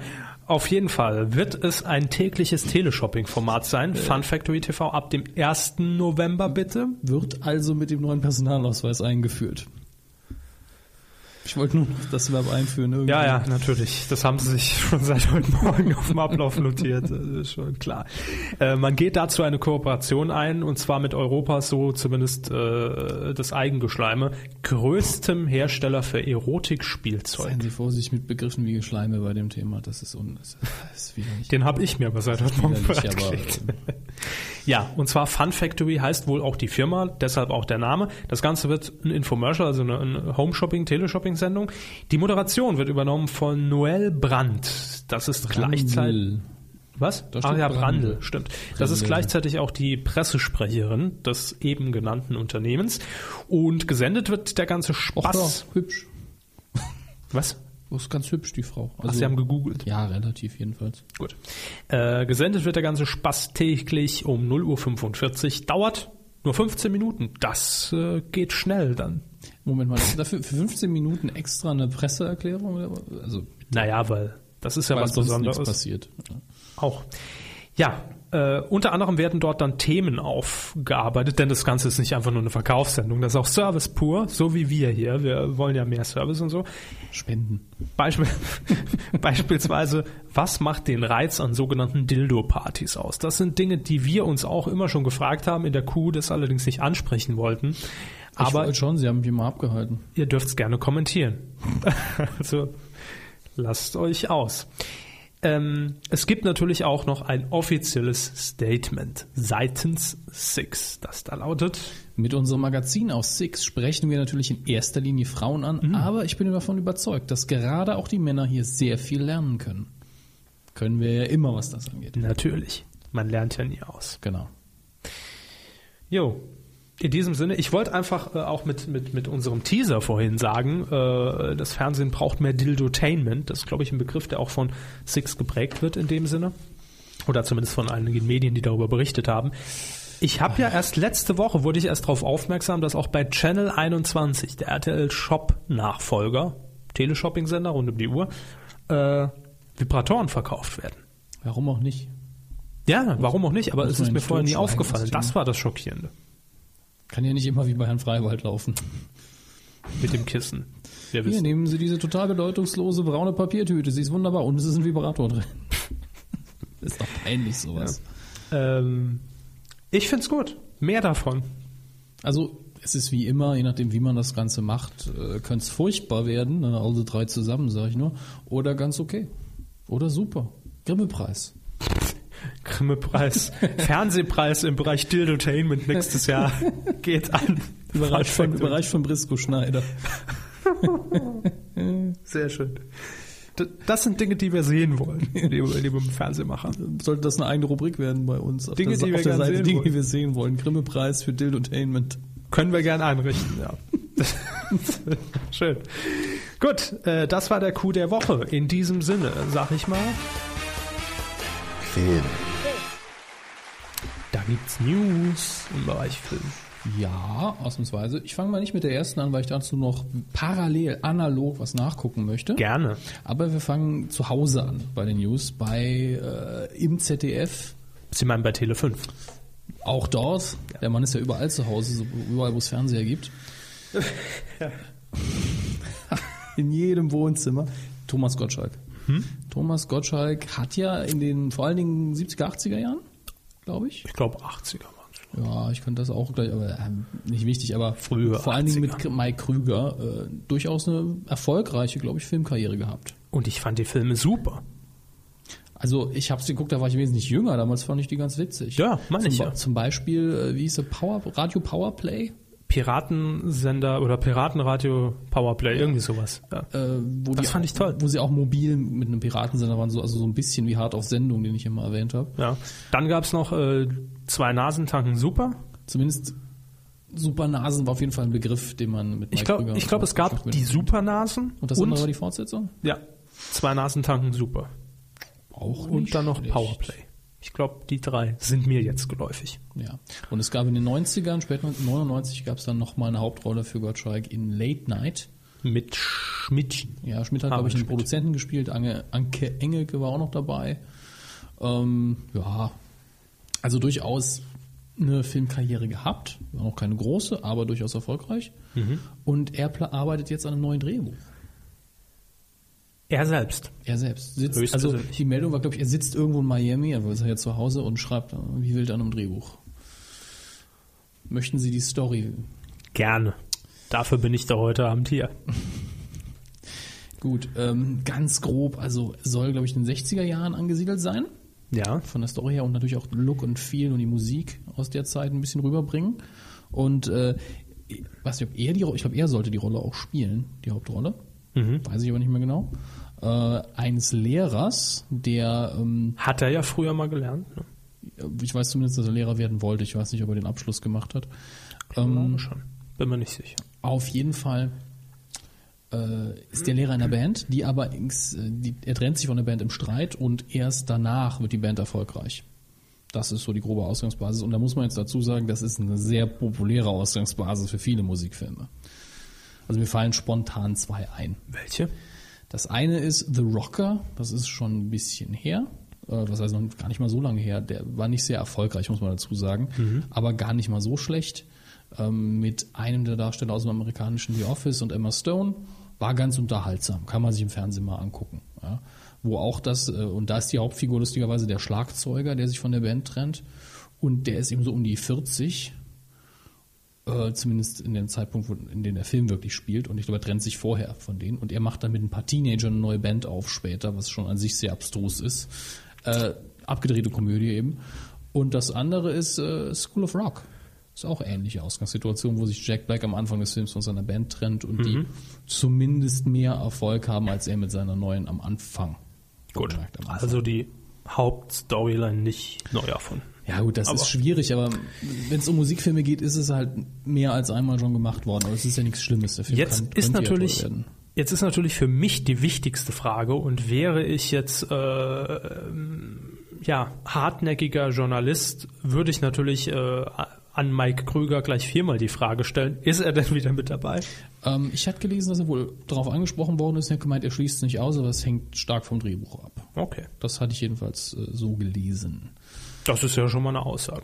Auf jeden Fall wird es ein tägliches Teleshopping-Format sein. Fun Factory TV ab dem 1. November bitte. Wird also mit dem neuen Personalausweis eingeführt. Ich wollte nur noch das Verb einführen. Irgendwie. Ja, ja, natürlich. Das haben sie sich schon seit heute Morgen auf dem Ablauf notiert. Das ist schon klar. Äh, man geht dazu eine Kooperation ein und zwar mit Europas, so zumindest äh, das Eigengeschleime, größtem Hersteller für Erotikspielzeug. Seien Sie vorsichtig mit Begriffen wie Schleime bei dem Thema. Das ist, un das ist widerlich. Den habe ich mir aber seit heute Morgen widerlich aber bereitgelegt. äh, Ja, und zwar Fun Factory heißt wohl auch die Firma, deshalb auch der Name. Das Ganze wird ein Infomercial, also eine, eine Home-Shopping, Teleshopping-Sendung. Die Moderation wird übernommen von Noel Brandt. Das ist gleichzeitig... Brandl. Was? Da steht Ach ja, Brandl. Brandl, stimmt. Das ist Brandl. gleichzeitig auch die Pressesprecherin des eben genannten Unternehmens. Und gesendet wird der ganze Och, Spaß. ja, hübsch. Was? Das ist ganz hübsch, die Frau. Also Ach, Sie haben gegoogelt. ja, relativ jedenfalls. Gut. Äh, gesendet wird der ganze Spaß täglich um 0.45 Uhr. Dauert nur 15 Minuten. Das äh, geht schnell dann. Moment mal, ist dafür für 15 Minuten extra eine Presseerklärung? oder was? Also, Naja, weil das ist ja weil was sonst nichts Besonderes. passiert. Auch. Ja, Äh, unter anderem werden dort dann Themen aufgearbeitet, denn das Ganze ist nicht einfach nur eine Verkaufssendung, das ist auch Service pur, so wie wir hier. Wir wollen ja mehr Service und so. Spenden. Beispiel, beispielsweise, was macht den Reiz an sogenannten Dildo-Partys aus? Das sind Dinge, die wir uns auch immer schon gefragt haben, in der Kuh das allerdings nicht ansprechen wollten. ich Aber wollte schon, sie haben mich immer abgehalten. ihr dürft es gerne kommentieren. also lasst euch aus. Ähm, es gibt natürlich auch noch ein offizielles Statement seitens Six, das da lautet. Mit unserem Magazin auf Six sprechen wir natürlich in erster Linie Frauen an, Mhm. aber ich bin davon überzeugt, dass gerade auch die Männer hier sehr viel lernen können. Können wir ja immer, was das angeht. Natürlich, man lernt ja nie aus. Genau. Jo. In diesem Sinne, ich wollte einfach äh, auch mit, mit, mit unserem Teaser vorhin sagen, äh, das Fernsehen braucht mehr Dildotainment. Das ist, glaube ich, ein Begriff, der auch von Six geprägt wird in dem Sinne. Oder zumindest von einigen Medien, die darüber berichtet haben. Ich habe ja erst letzte Woche, wurde ich erst darauf aufmerksam, dass auch bei Channel 21, der RTL-Shop-Nachfolger, Teleshopping-Sender rund um die Uhr, äh, Vibratoren verkauft werden. Warum auch nicht? Ja, warum auch nicht, aber muss es man ist mir ins vorher nie Totschweigen, das aufgefallen. Thema. Das war das Schockierende Kann ja nicht immer wie bei Herrn Freiwald laufen. mit dem Kissen. Wir Hier wissen. nehmen Sie diese total bedeutungslose braune Papiertüte. Sie ist wunderbar und es ist ein Vibrator drin. ist doch peinlich sowas. Ähm, ich find's gut. Mehr davon. Also es ist wie immer, je nachdem wie man das Ganze macht, äh, könnte es furchtbar werden, ne, alle drei zusammen, sage ich nur, oder ganz okay. Oder super. Grimme-Preis. Grimme-Preis, Fernsehpreis im Bereich Dildotainment nächstes Jahr geht an. Überreicht von, Perfekt. überreicht von Brisco Schneider. Sehr schön. D- Das sind Dinge, die wir sehen wollen, liebe, liebe Fernsehmacher. Sollte das eine eigene Rubrik werden bei uns auf Dinge, der, die wir auf der gern Seite, sehen Dinge, wollen. die wir sehen wollen. Grimme-Preis für Dildotainment. Können wir gern einrichten, ja. schön. Gut, äh, das war der Coup der Woche. In diesem Sinne, sag ich mal, Film. da gibt's News im Bereich Film. Ja, ausnahmsweise. Ich fange mal nicht mit der ersten an, weil ich dazu noch parallel, analog was nachgucken möchte. Gerne. Aber wir fangen zu Hause an bei den News, bei äh, im ZDF, Sie meinen bei Tele 5. auch dort. Der Mann ist ja überall zu Hause, so überall, wo es Fernseher gibt. in jedem Wohnzimmer. Thomas Gottschalk. Thomas Gottschalk hat ja in den vor allen Dingen 70er, 80er Jahren, glaube ich, Ich glaube 80er waren es. Ja, ich könnte das auch gleich, aber ähm, nicht wichtig, aber Frühe vor allen Dingen 80er. mit K- Mike Krüger äh, durchaus eine erfolgreiche, glaube ich, Filmkarriere gehabt. Und ich fand die Filme super. Also ich habe es geguckt, da war ich wesentlich jünger, damals fand ich die ganz witzig. Ja, meine zum, ich Be- ja. Zum Beispiel, äh, wie hieß der Power, Radio Powerplay? Piratensender oder Piratenradio Powerplay, irgendwie sowas. Ja. Äh, wo Das die fand auch, ich toll. Wo sie auch mobil mit einem Piratensender waren, so, also so ein bisschen wie hart auf Sendung, den ich immer erwähnt habe. Ja. Dann gab's noch äh, zwei Nasentanken super. Zumindest Supernasen war auf jeden Fall ein Begriff, den man mit Ich Mike glaube, Krüger ich glaub, es gab die Supernasen Und das andere war die Fortsetzung? ja, zwei Nasentanken super. Auch Und dann noch schlecht. Powerplay. Ich glaube, die drei sind mir jetzt geläufig. Ja, und es gab in den 90ern, spät 99 gab es dann nochmal eine Hauptrolle für Gottschalk in Late Night. Mit Schmidtchen. Ja, Schmidt hat, Ah, glaube ich, einen Schmidt. Produzenten gespielt. Ange, Anke Engelke war auch noch dabei. Ähm, ja, also durchaus eine Filmkarriere gehabt. War noch keine große, aber durchaus erfolgreich. Mhm. Und er pla- arbeitet jetzt an einem neuen Drehbuch. Er selbst. Er selbst sitzt, also Höchstpersönlich. die Meldung war, glaube ich, er sitzt irgendwo in Miami, aber ist er ja zu Hause und schreibt äh, wie wild an einem Drehbuch. Möchten Sie die Story Gerne. Dafür bin ich da heute Abend hier. Gut, ähm, ganz grob, also soll, glaube ich, in den 60er Jahren angesiedelt sein, Ja. von der Story her und natürlich auch Look und Feel und die Musik aus der Zeit ein bisschen rüberbringen. Und äh, ich weiß nicht, ob er die Ro- ich glaube, er sollte die Rolle auch spielen, die Hauptrolle. Weiß ich aber nicht mehr genau. Äh, eines Lehrers, der, ähm, Hat er ja früher mal gelernt. Ne? ich weiß zumindest, dass er Lehrer werden wollte, ich weiß nicht, ob er den Abschluss gemacht hat. Ähm, Schon. Bin mir nicht sicher. Auf jeden Fall äh, ist der Lehrer einer Band, die aber ins, äh, die, er trennt sich von der Band im Streit und erst danach wird die Band erfolgreich. Das ist so die grobe Ausgangsbasis und da muss man jetzt dazu sagen, das ist eine sehr populäre Ausgangsbasis für viele Musikfilme. Also mir fallen spontan zwei ein. Welche? Das eine ist The Rocker, das ist schon ein bisschen her. Äh, äh, was heißt noch gar nicht mal so lange her, der war nicht sehr erfolgreich, muss man dazu sagen, aber gar nicht mal so schlecht. Ähm, mit einem der Darsteller aus dem amerikanischen The Office und Emma Stone war ganz unterhaltsam, kann man sich im Fernsehen mal angucken. Ja. Wo auch das, äh, und da ist die Hauptfigur lustigerweise der Schlagzeuger, der sich von der Band trennt. Und der ist eben so um die 40, äh, zumindest in dem Zeitpunkt, wo, in dem der Film wirklich spielt. Und ich glaube, er trennt sich vorher von denen. Und er macht dann mit ein paar Teenagern eine neue Band auf später, was schon an sich sehr abstrus ist. Äh, abgedrehte Komödie eben. Und das andere ist äh, School of Rock. Ist auch ähnliche Ausgangssituation, wo sich Jack Black am Anfang des Films von seiner Band trennt und Mhm. die zumindest mehr Erfolg haben als er mit seiner neuen am Anfang. Gut. Wohlgemerkt, am Anfang. Also die Hauptstoryline nicht neu erfunden. Ja gut, das Aber- ist schwierig, aber wenn es um Musikfilme geht, ist es halt mehr als einmal schon gemacht worden. Aber es ist ja nichts Schlimmes. Der Film Jetzt kann, ist könnte ja toll natürlich werden. jetzt ist natürlich für mich die wichtigste Frage und wäre ich jetzt äh, ähm, ja hartnäckiger Journalist, würde ich natürlich äh, an Mike Krüger gleich viermal die Frage stellen: Ist er denn wieder mit dabei? Ähm, ich hatte gelesen, dass er wohl darauf angesprochen worden ist. Er hat gemeint, er schließt es nicht aus, aber es hängt stark vom Drehbuch ab. Okay, Das hatte ich jedenfalls äh, so gelesen. das ist ja schon mal eine Aussage.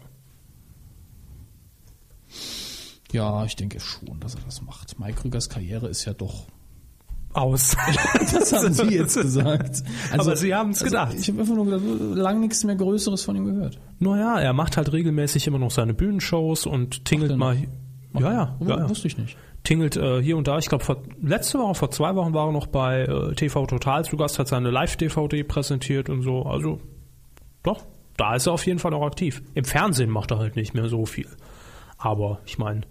Ja, ich denke schon, dass er das macht. Mike Krügers Karriere ist ja doch. Aus. Das haben Sie jetzt gesagt. Also, Aber Sie haben's gedacht. Ich habe einfach nur gesagt, lang nichts mehr Größeres von ihm gehört. naja, er macht halt regelmäßig immer noch seine Bühnenshows und tingelt er mal. noch? Ja, ja, Aber ja, ja. Wusste ich nicht. tingelt äh, hier und da. Ich glaube, vor- letzte Woche, vor zwei Wochen war er noch bei äh, TV Total zu Gast, hat seine Live-DVD präsentiert und so. Also, doch, da ist er auf jeden Fall auch aktiv. Im Fernsehen macht er halt nicht mehr so viel. Aber ich meine,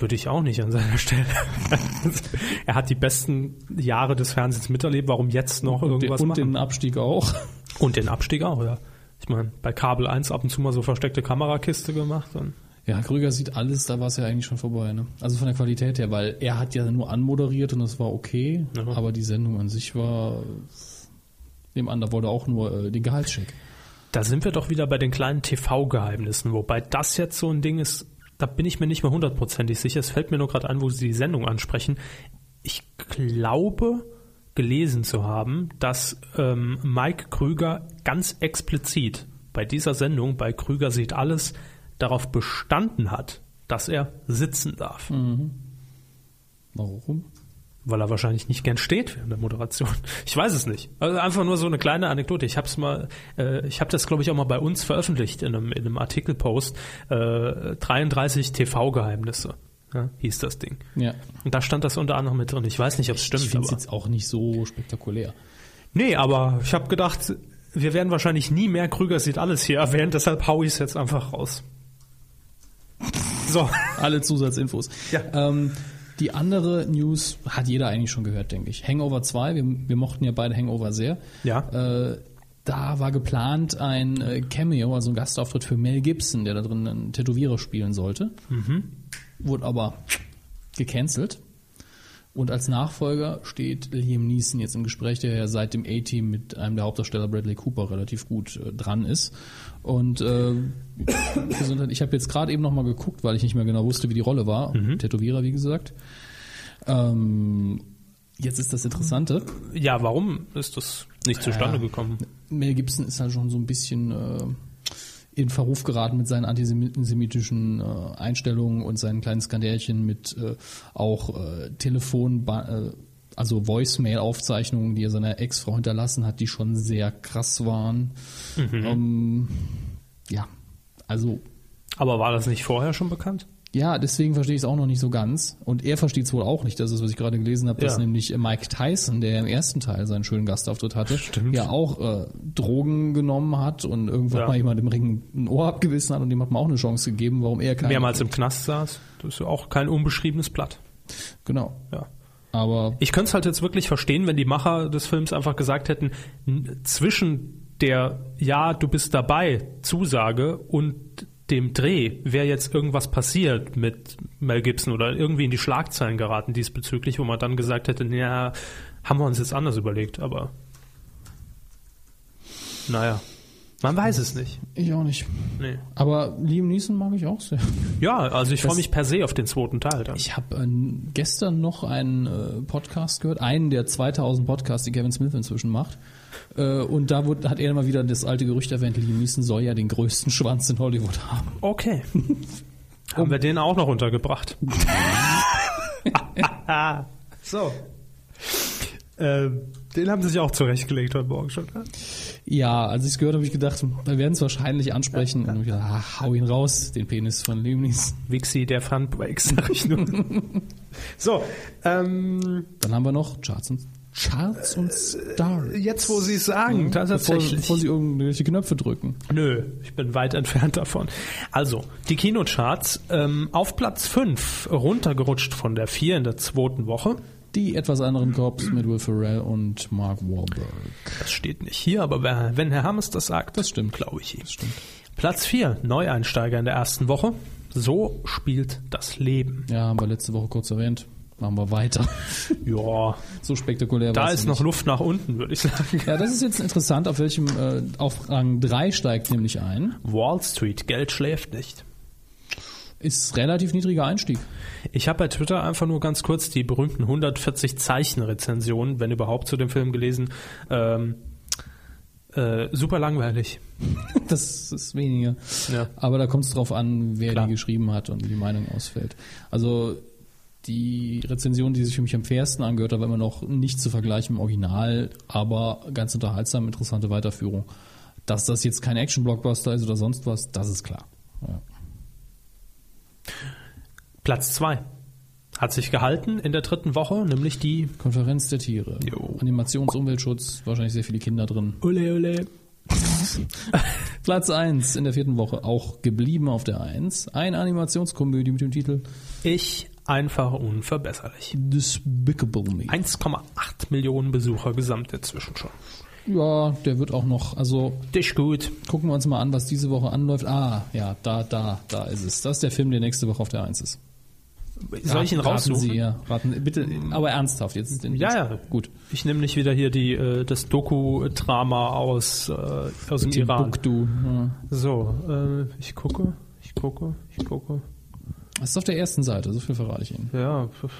würde ich auch nicht an seiner Stelle. er hat die besten Jahre des Fernsehens miterlebt. Warum jetzt noch irgendwas und machen? den Abstieg auch. und den Abstieg auch, ja. Ich meine, bei Kabel 1 ab und zu mal so versteckte Kamerakiste gemacht. Und Ja, Krüger sieht alles, da war es ja eigentlich schon vorbei. Ne? Also von der Qualität her, weil er hat ja nur anmoderiert und das war okay, Ja. aber die Sendung an sich war dem anderen wollte auch nur äh, den Gehaltscheck. Da sind wir doch wieder bei den kleinen TV-Geheimnissen, wobei das jetzt so ein Ding ist, da bin ich mir nicht mehr hundertprozentig sicher. Es fällt mir nur gerade ein, wo Sie die Sendung ansprechen. Ich glaube, gelesen zu haben, dass ähm, Mike Krüger ganz explizit bei dieser Sendung, bei Krüger sieht alles, darauf bestanden hat, dass er sitzen darf. Warum? Weil er wahrscheinlich nicht gern steht während der Moderation. Ich weiß es nicht. Also einfach nur so eine kleine Anekdote. Ich habe es mal, äh, ich habe das glaube ich auch mal bei uns veröffentlicht in einem, in einem Artikelpost. Äh, 33 TV-Geheimnisse ja, hieß das Ding. Ja. Und da stand das unter anderem mit drin. Ich weiß nicht, ob es ich stimmt. finde es Aber, jetzt auch nicht so spektakulär. nee, aber ich habe gedacht, wir werden wahrscheinlich nie mehr Krüger sieht alles hier erwähnt. Deshalb hau ich es jetzt einfach raus. So. Alle Zusatzinfos. Ja. Ähm, die andere News hat jeder eigentlich schon gehört, denke ich. Hangover 2, wir, wir mochten ja beide Hangover sehr. Ja. Äh, da war geplant ein äh, Cameo, also ein Gastauftritt für Mel Gibson, der da drin einen Tätowierer spielen sollte. Wurde aber gecancelt. Und als Nachfolger steht Liam Neeson jetzt im Gespräch, der ja seit dem A-Team mit einem der Hauptdarsteller Bradley Cooper relativ gut äh, dran ist. Und äh, Gesundheit, ich habe jetzt gerade eben nochmal geguckt, weil ich nicht mehr genau wusste, wie die Rolle war. Tätowierer, wie gesagt. Ähm, jetzt ist das Interessante. Ja, warum ist das nicht zustande Ja. gekommen? Mel Gibson ist halt schon so ein bisschen äh, in Verruf geraten mit seinen antisemitischen äh, Einstellungen und seinen kleinen Skandälchen mit äh, auch äh, Telefon, ba- äh, also Voicemail-Aufzeichnungen, die er seiner Ex-Frau hinterlassen hat, die schon sehr krass waren. Ähm, ja, also Aber war das nicht vorher schon bekannt? ja, deswegen verstehe ich es auch noch nicht so ganz. Und er versteht es wohl auch nicht. Das ist, was ich gerade gelesen habe, dass Ja. nämlich Mike Tyson, der im ersten Teil seinen schönen Gastauftritt hatte, Stimmt. ja auch äh, Drogen genommen hat und irgendwann Ja. mal jemand im Ring ein Ohr abgewissen hat und dem hat man auch eine Chance gegeben, warum er keine. mehrmals im Knast saß. Das ist ja auch kein unbeschriebenes Blatt. Genau. Ja. Aber Ich könnte es halt jetzt wirklich verstehen, wenn die Macher des Films einfach gesagt hätten, n- zwischen der Ja, du bist dabei Zusage und dem Dreh wäre jetzt irgendwas passiert mit Mel Gibson oder irgendwie in die Schlagzeilen geraten diesbezüglich, wo man dann gesagt hätte, ja, haben wir uns jetzt anders überlegt, aber naja, man weiß es nicht. ich auch nicht. Nee. Aber Liam Neeson mag ich auch sehr. Ja, also ich Das- freue mich per se auf den zweiten Teil dann. Ich habe äh, gestern noch einen äh, Podcast gehört, einen der 2000 Podcasts, die Kevin Smith inzwischen macht. Äh, und da wurde, hat er mal wieder das alte Gerücht erwähnt, Liam Neeson soll ja den größten Schwanz in Hollywood haben. Okay. Haben wir den auch noch untergebracht. so. Ähm, den haben sie sich auch zurechtgelegt heute Morgen schon. ne? Ja, als ich es gehört habe, habe ich gedacht, wir werden es wahrscheinlich ansprechen. Und hab ich gedacht, ah, hau ihn raus, den Penis von Liam Neeson. Wixi, der Funbreak, sag ich nur. so, ähm, Dann haben wir noch Charts und, Charts und Stars. jetzt wo sie es sagen, Bevor, Mhm, tatsächlich. bevor sie irgendwelche Knöpfe drücken. Nö, ich bin weit entfernt davon. Also, die Kinocharts ähm, auf Platz 5, runtergerutscht von der 4 in der zweiten Woche. Die etwas anderen Cops mit Will Ferrell und Mark Wahlberg. Das steht nicht hier, aber wer, wenn Herr Hammes das sagt, Das stimmt. glaube ich ihm. Das stimmt. Platz 4, Neueinsteiger in der ersten Woche. So spielt das Leben. Ja, haben wir letzte Woche kurz erwähnt. Machen wir weiter. Ja, So spektakulär da war's ist nicht. noch Luft nach unten, würde ich sagen. Ja, das ist jetzt interessant, auf welchem, äh, auf Rang 3 steigt nämlich ein. Wall Street, Geld schläft nicht. Ist relativ niedriger Einstieg. Ich habe bei Twitter einfach nur ganz kurz die berühmten 140 Zeichen-Rezensionen, wenn überhaupt, zu dem Film gelesen. Ähm, äh, super langweilig. Das ist weniger. Ja. Aber da kommt es drauf an, wer Klar. die geschrieben hat und wie die Meinung ausfällt. Also die Rezension, die sich für mich am fairsten angehört hat, war immer noch nicht zu vergleichen im Original, aber ganz unterhaltsam, interessante Weiterführung. Dass das jetzt kein Action-Blockbuster ist oder sonst was, das ist klar. Ja. Platz 2 hat sich gehalten in der dritten Woche, nämlich die Konferenz der Tiere. Jo. Animations-Umweltschutz, wahrscheinlich sehr viele Kinder drin. Ole Ole. Platz 1 in der vierten Woche, auch geblieben auf der 1. Eine Animationskomödie mit dem Titel Ich einfach unverbesserlich. Despicable Me. 1,8 Millionen Besucher gesamt dazwischen schon. Ja, der wird auch noch, also Dich gut. gucken wir uns mal an, was diese Woche anläuft. Ah, ja, da, da, da ist es. Das ist der Film, der nächste Woche auf der 1 ist. Soll ich ihn Raten raussuchen? Hm. Sie, ja. Raten, bitte, aber ernsthaft jetzt. Den Ja, ja. Gut. Ich nehme nicht wieder hier die, äh, das Doku-Drama aus, äh, aus dem Iran. Timbuktu. Ja. So, äh, ich gucke, ich gucke, ich gucke. Das ist auf der ersten Seite, so viel verrate ich Ihnen. Ja. pf.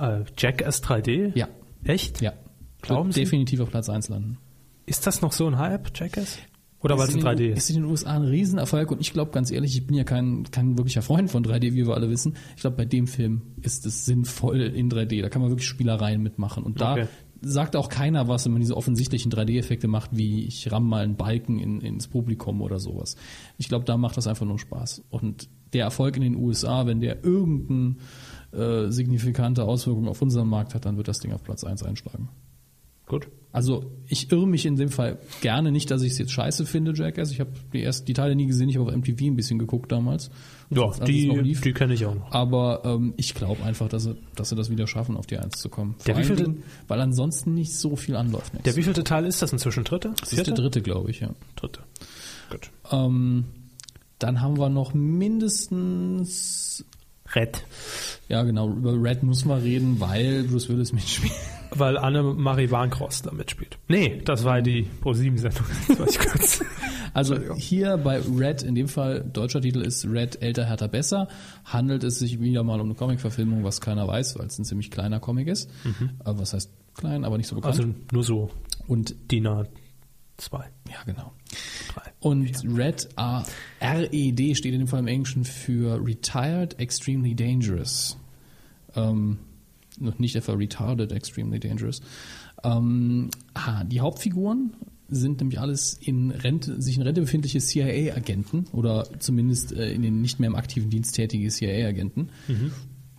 Äh, Jack S3D? Ja. Echt? Ja. Glauben Wird Sie? Definitiv auf Platz 1 landen. Ist das noch so ein Hype, Jackass? Oder weil es in ist in den 3D U- ist? Ist in den USA ein Riesenerfolg und ich glaube ganz ehrlich, ich bin ja kein, kein wirklicher Freund von 3D, wie wir alle wissen. Ich glaube, bei dem Film ist es sinnvoll in 3D. Da kann man wirklich Spielereien mitmachen. Und da Okay. sagt auch keiner was, wenn man diese offensichtlichen 3D-Effekte macht, wie ich ramm mal einen Balken in, ins Publikum oder sowas. Ich glaube, da macht das einfach nur Spaß. Und der Erfolg in den USA, wenn der irgendeine äh, signifikante Auswirkung auf unseren Markt hat, dann wird das Ding auf Platz 1 einschlagen. Gut. Also ich irre mich in dem Fall gerne nicht, dass ich es jetzt scheiße finde, Jackass. Ich habe die ersten die Teile nie gesehen, ich habe auf MTV ein bisschen geguckt damals. Ja, Als es noch die, lief. die kenne ich auch noch. Aber ähm, ich glaube einfach, dass sie, dass sie das wieder schaffen, auf die Eins zu kommen. Vor Der allen wievielte- Dingen, weil ansonsten nicht so viel anläuft. Der wievielte Teil ist das inzwischen? Dritte? das ist der dritte, glaube ich, ja. Dritte. Gut. Ähm, dann haben wir noch mindestens, Red. ja genau, über Red muss man reden, weil Bruce Willis mitspielt. Weil Anne-Marie Warncross da mitspielt. Nee, das war die Pro-7-Sendung. Das war ich kurz. Also hier bei Red, in dem Fall, deutscher Titel ist Red älter, härter, besser, handelt es sich wieder mal um eine Comic-Verfilmung, was keiner weiß, weil es ein ziemlich kleiner Comic ist. Äh, Was heißt klein, aber nicht so bekannt. Also nur so und DIN A2, ja, genau. 3. Und Red, A- R-E-D, steht in dem Fall im Englischen für Retired Extremely Dangerous. Ähm, noch nicht etwa Retarded Extremely Dangerous. Ähm, ah, die Hauptfiguren sind nämlich alles in Rente, sich in Rente befindliche CIA-Agenten oder zumindest äh, in den nicht mehr im aktiven Dienst tätige CIA-Agenten,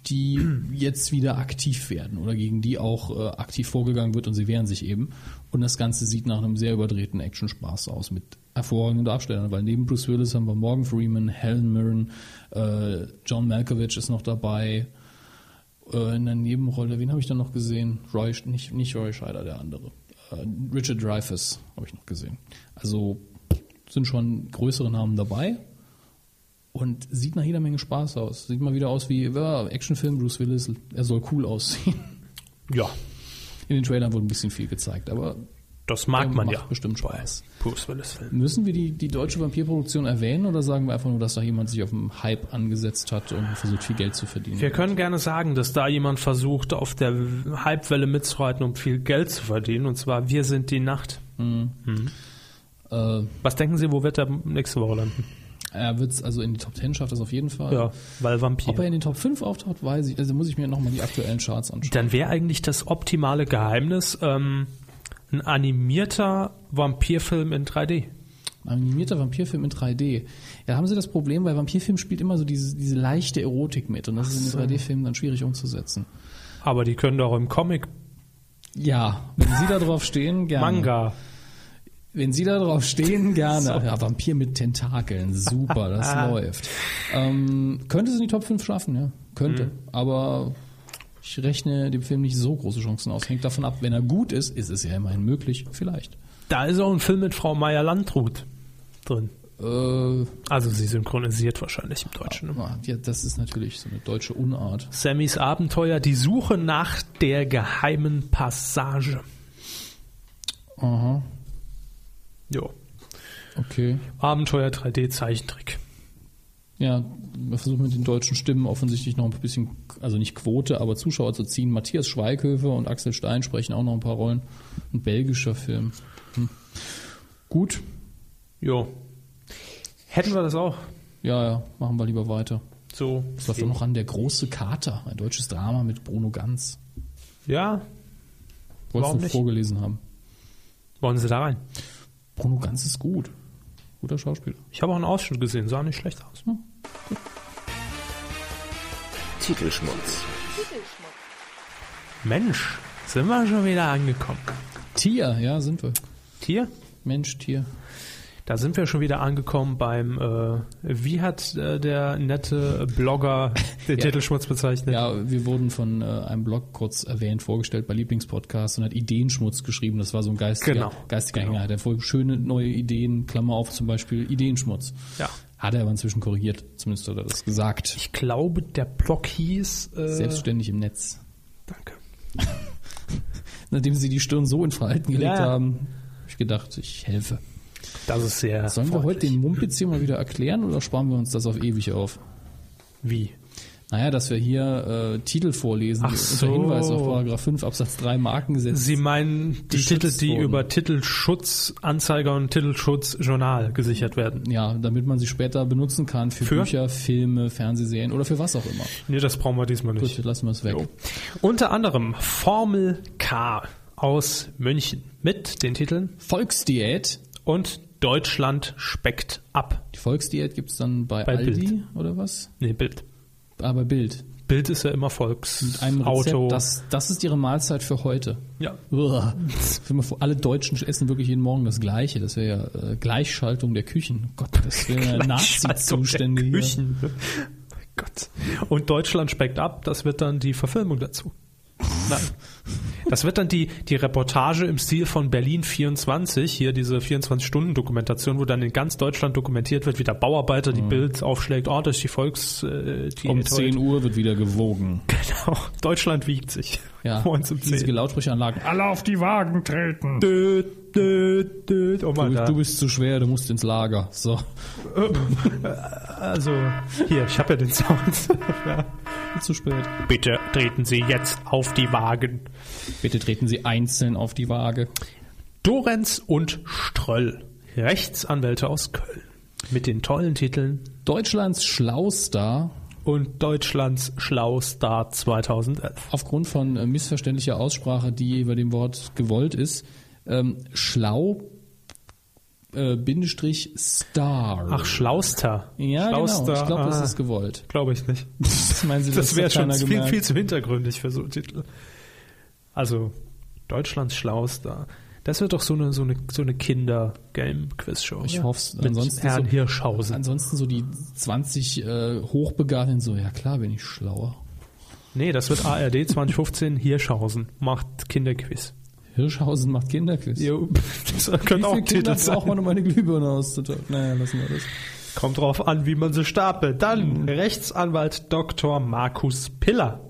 die jetzt wieder aktiv werden oder gegen die auch äh, aktiv vorgegangen wird und sie wehren sich eben. Und das Ganze sieht nach einem sehr überdrehten Action-Spaß aus mit hervorragenden Darstellern, weil neben Bruce Willis haben wir Morgan Freeman, Helen Mirren, äh, John Malkovich ist noch dabei, äh, in der Nebenrolle, wen habe ich da noch gesehen? Roy, nicht, nicht Roy Scheider, der andere. Äh, Richard Dreyfuss habe ich noch gesehen. Also sind schon größere Namen dabei. Und sieht nach jeder Menge Spaß aus. Sieht mal wieder aus wie, ja, Actionfilm, Bruce Willis, er soll cool aussehen. Ja, In den Trailern wurde ein bisschen viel gezeigt, aber äh, das mag man macht ja. bestimmt Spaß. Bruce Willis-Film. Müssen wir die, die deutsche Vampirproduktion erwähnen oder sagen wir einfach nur, dass da jemand sich auf dem Hype angesetzt hat und versucht viel Geld zu verdienen? Wir können gerne sagen, dass da jemand versucht, auf der Hypewelle mitzureiten, um viel Geld zu verdienen. Und zwar Wir sind die Nacht. Äh, Was denken Sie, wo wird er nächste Woche landen? er wird's also in die Top 10 schafft das auf jeden Fall. Ja, weil Ob er Vampir. in den Top 5 auftaucht, weiß ich. Also muss ich mir nochmal die aktuellen Charts anschauen. Dann wäre eigentlich das optimale Geheimnis ähm, ein animierter Vampirfilm in 3D. Animierter Vampirfilm in 3D. Ja, haben sie das Problem, weil Vampirfilm spielt immer so diese, diese leichte Erotik mit und das ist in den 3D-Filmen dann schwierig umzusetzen. Aber die können doch im Comic, Ja, wenn sie da drauf stehen, Ähm, gerne. Manga. Wenn Sie da drauf stehen, gerne. Ja, Vampir mit Tentakeln, super, das läuft. Ähm, könnte es in die Top 5 schaffen, ja. Könnte. Aber ich rechne dem Film nicht so große Chancen aus. Hängt davon ab, wenn er gut ist, ist es ja immerhin möglich, vielleicht. Da ist auch ein Film mit Frau Meier Landrut drin. Äh, Also sie synchronisiert wahrscheinlich im Deutschen. ne? ja, das ist natürlich so eine deutsche Unart. Sammys Abenteuer, die Suche nach der geheimen Passage. Aha, Jo. okay. Abenteuer 3D Zeichentrick. Ja, wir versuchen mit den deutschen Stimmen offensichtlich noch ein bisschen, also nicht Quote, aber Zuschauer zu ziehen. Matthias Schweighöfer und Axel Stein sprechen auch noch ein paar Rollen. Ein belgischer Film. Hm. Gut, Jo. Hätten wir das auch ja, ja, machen wir lieber weiter. so. Es läuft doch noch an Der große Kater, ein deutsches Drama mit Bruno Ganz. Ja, Warum Wolltest du nicht? vorgelesen haben. wollen Sie da rein? Bruno Ganz ist gut. Guter Schauspieler. Ich habe auch einen Ausschnitt gesehen, sah nicht schlecht aus. Hm. Titelschmutz. Mensch, sind wir schon wieder angekommen. Tier, ja, sind wir. Tier? Mensch, Tier. Da sind wir schon wieder angekommen beim, äh, wie hat äh, der nette Blogger den Titelschmutz bezeichnet? Ja, wir wurden von äh, einem Blog kurz erwähnt, vorgestellt bei Lieblingspodcast und hat Ideenschmutz geschrieben. Das war so ein geistiger, Genau. geistiger Genau. Hänger. Der hat voll schöne neue Ideen, Klammer auf, zum Beispiel Ideenschmutz. Ja. Hat er aber inzwischen korrigiert, zumindest hat er das gesagt. Ich glaube, der Blog hieß. Äh, Selbstständig im Netz. Danke. Nachdem sie die Stirn so in Verhalten gelegt Ja, ja. haben, habe ich gedacht, ich helfe. Das ist sehr. Sollen wir heute freundlich. den Mumpitz hier mal wieder erklären oder sparen wir uns das auf ewig auf? Wie? Naja, dass wir hier äh, Titel vorlesen, Ach die so. unter Hinweis auf Paragraph 5 Absatz 3 Markengesetz Sie meinen die Geschützt Titel, die wurden. über Titelschutzanzeiger und Titelschutzjournal gesichert werden. Ja, damit man sie später benutzen kann für, Für? Bücher, Filme, Fernsehserien oder für was auch immer. Nee, das brauchen wir diesmal Gut, nicht. jetzt lassen wir es weg. Unter anderem Formel K aus München mit den Titeln Volksdiät. und Deutschland speckt ab. Die Volksdiät gibt's dann bei, Bei Aldi Bild. oder was? Nee, Bild. Ah, bei Bild. Bild ist ja immer Volks. Mit einem Rezept. Auto. Das, das ist ihre Mahlzeit für heute. Ja. Uah. Wenn man vor- Alle Deutschen essen wirklich jeden Morgen das Gleiche. Das wäre ja äh, Gleichschaltung der Küchen. Oh Gott, das wäre ja Äh, Nazi-Zustände Nazi-Zustände. hier. Küchen. ne? Gott. Und Deutschland speckt ab, das wird dann die Verfilmung dazu. Nein. Das wird dann die, die Reportage im Stil von Berlin 24, hier diese 24-Stunden-Dokumentation, wo dann in ganz Deutschland dokumentiert wird, wie der Bauarbeiter die Bild aufschlägt, oh, das ist die Volks... Äh, die Mhm. Um heute- 10 Uhr wird wieder gewogen. Genau. Deutschland wiegt sich. Ja, Morgens um riesige 10. Lautsprecheranlagen. Alle auf die Wagen treten. Dö, dö, dö. Oh Mann, Du, da- du bist zu schwer, du musst ins Lager. So. also hier, ich habe ja den Sound. ja. Zu spät. Bitte treten Sie jetzt auf die Wagen. Bitte treten Sie einzeln auf die Waage. Dorenz und Ströll, Rechtsanwälte aus Köln. Mit den tollen Titeln Deutschlands Schlaustar und Deutschlands Schlaustar 2011. aufgrund von äh, missverständlicher Aussprache, die bei dem Wort gewollt ist, ähm, schlau äh, Bindestrich Star. Ach, Schlauster. ja, Schlauster. genau. Ich glaube, das ah, ist gewollt. Glaube ich nicht. Meinen Sie, Das hat wäre schon keiner viel, gemerkt? viel zu hintergründig für so einen Titel. Also, Deutschlands Schlauster. Das wird doch so eine, so eine, so eine Kinder-Game-Quiz-Show. Ich oder? hoff's. Mit Ansonsten Herrn so- Hirschhausen. Ansonsten so die 20 äh, Hochbegabten so, ja klar bin ich schlauer. Nee, das wird ARD 2015 Hirschhausen. Macht Kinderquiz. Hirschhausen macht Kinderquiz. Jo, das Wie könnte auch viele ein Kinder Titel braucht sein. man, um eine Glühbirne auszutauschen? Naja, lassen wir das. Kommt drauf an, wie man sie stapelt. Dann Rechtsanwalt Dr. Markus Piller.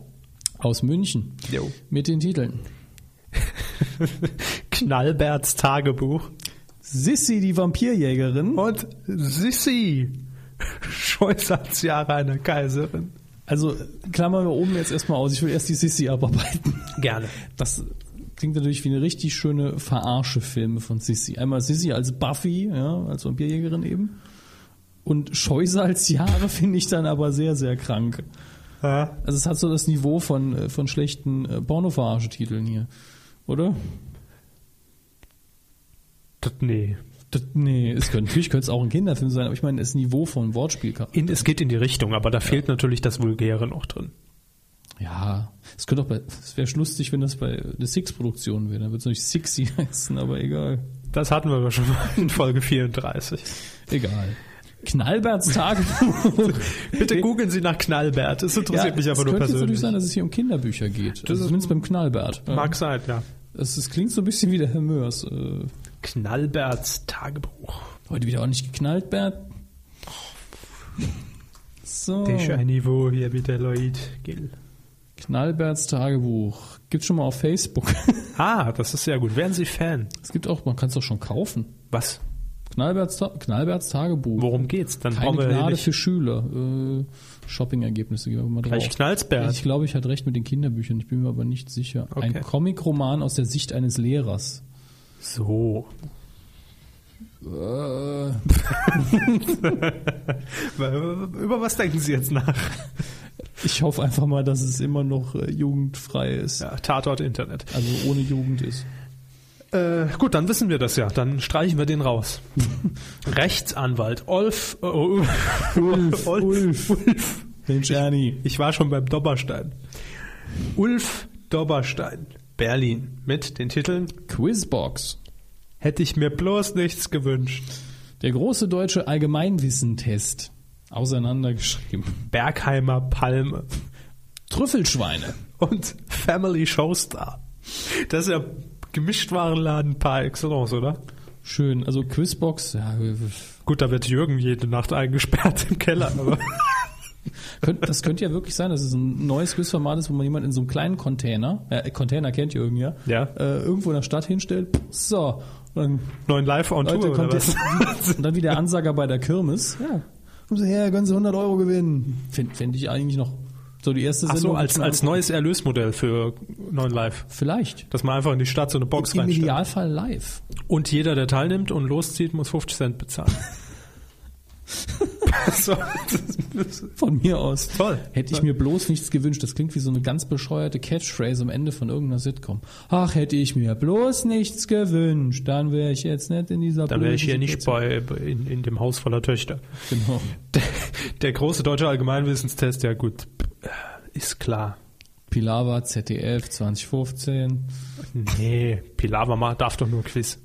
Aus München. Jo. Mit den Titeln. Knallberts Tagebuch. Sissy, die Vampirjägerin. Und Sissi. Scheusatz-Jahre einer Kaiserin. Also klammern wir oben jetzt erstmal aus. Ich will erst die Sissy abarbeiten. Gerne. Das klingt natürlich wie eine richtig schöne Verarsche-Filme von Sissy. Einmal Sissy als Buffy, ja, als Vampirjägerin eben. Und Scheusalzjahre finde ich dann aber sehr, sehr krank. Also es hat so das Niveau von, äh, von schlechten äh, Porno-Verarsche-Titeln hier. Oder? Das, nee. Das, nee, es könnte, natürlich könnte es auch ein Kinderfilm sein, aber ich meine, das Niveau von Wortspiel. In, es geht in die Richtung, aber da fehlt natürlich das Vulgäre noch drin. Ja, es könnte auch bei, es wäre schon lustig, wenn das bei der Six-Produktion wäre. Dann würde es nicht Sixy heißen, aber egal. Das hatten wir aber schon mal in Folge 34. Egal. Knallberts Tagebuch. Bitte googeln Sie nach Knallbert. Es interessiert mich es aber nur könnte jetzt persönlich. natürlich sein, dass es hier um Kinderbücher geht. Das also ist- zumindest beim Knallbert. Ja. Mag sein, ja. Es, es klingt so ein bisschen wie der Herr Mörs. Äh, Knallberts Tagebuch. heute wieder auch nicht geknallt, Bert. So. Oh. Niveau hier bitte, Lloyd Gill. Knallberts Tagebuch. Gibt's schon mal auf Facebook. Ah, das ist sehr gut. Wären Sie Fan? es gibt auch, man kann es auch schon kaufen. Was? Knallberts, Ta Knallberts Tagebuch. Worum geht's? Dann Keine brauchen wir hier Gnade nicht für Schüler. Äh, Shopping-Ergebnisse gehen wir mal gleich drauf. Ich Knallsberg. glaube, ich hatte recht mit den Kinderbüchern, ich bin mir aber nicht sicher. Okay. Ein Comicroman aus der Sicht eines Lehrers. So. Äh, Über was denken Sie jetzt nach? ich hoffe einfach mal, dass es immer noch äh, jugendfrei ist. Ja, Tatort Internet. Also ohne Jugend ist. Äh, gut, dann wissen wir das ja. Dann streichen wir den raus. Rechtsanwalt Olf, äh, Ulf, Ulf, Ulf. Mensch, Ernie. Ich war schon beim Dobberstein. Ulf Dobberstein, Berlin, mit den Titeln Quizbox. Hätte ich mir bloß nichts gewünscht. Der große deutsche Allgemeinwissentest. Auseinandergeschrieben. Bergheimer Palme Trüffelschweine. und Family Showstar. Das ist ja Gemischtwarenladen par excellence, oder? Schön. Also Quizbox, ja, Gut, da wird Jürgen jede Nacht eingesperrt im Keller. Aber Könnt- Das könnte ja wirklich sein, dass es ein neues Quizformat ist, wo man jemand in so einem kleinen Container, äh, Container kennt ihr irgendwie, ja? Ja. Äh, irgendwo in der Stadt hinstellt. Pff, So. Und dann, neuen Live on Leute, Tour oder kommt was? jetzt, und dann wie der Ansager bei der Kirmes. Ja. Kommen Sie her, können Sie 100 Euro gewinnen. Fände find ich eigentlich noch so die erste Ach so, Sendung. als, als neues Erlösmodell für neuen Live. Vielleicht. Dass man einfach in die Stadt so eine Box Im reinstellt. Idealfall live. Und jeder, der teilnimmt und loszieht, muss 50 Cent bezahlen. so, das ist Von mir aus. Toll. Hätte ich mir bloß nichts gewünscht. Das klingt wie so eine ganz bescheuerte Catchphrase am Ende von irgendeiner Sitcom. Ach, hätte ich mir bloß nichts gewünscht, dann wäre ich jetzt nicht in dieser dann wäre ich hier blöden nicht Situation. bei, bei- in, in dem Haus voller Töchter. Genau. Der, der große deutsche Allgemeinwissenstest, ja gut, ist klar. Pilawa, ZDF, 2015. Nee, Pilava ma- darf doch nur Quiz.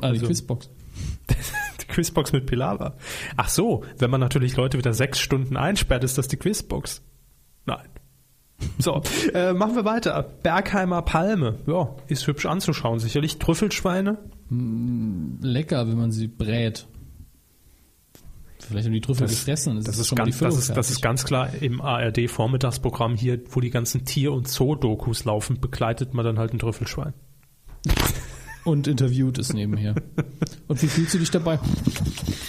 Ah, Also- die Quizbox. Die Quizbox mit Pilava. Ach so, wenn man natürlich Leute wieder sechs Stunden einsperrt, ist das die Quizbox. Nein. So, äh, machen wir weiter. Bergheimer Palme. Ja, ist hübsch anzuschauen. Sicherlich Trüffelschweine. Lecker, wenn man sie brät. Vielleicht haben die Trüffel gefressen. und es Das ist, schon mal die ganz, das, Füllung ist, das ist fertig. ganz klar im ARD-Vormittagsprogramm hier, wo die ganzen Tier- und Zoo-Dokus laufen, begleitet man dann halt ein Trüffelschwein. Und interviewt ist nebenher. Und wie fühlst du dich dabei?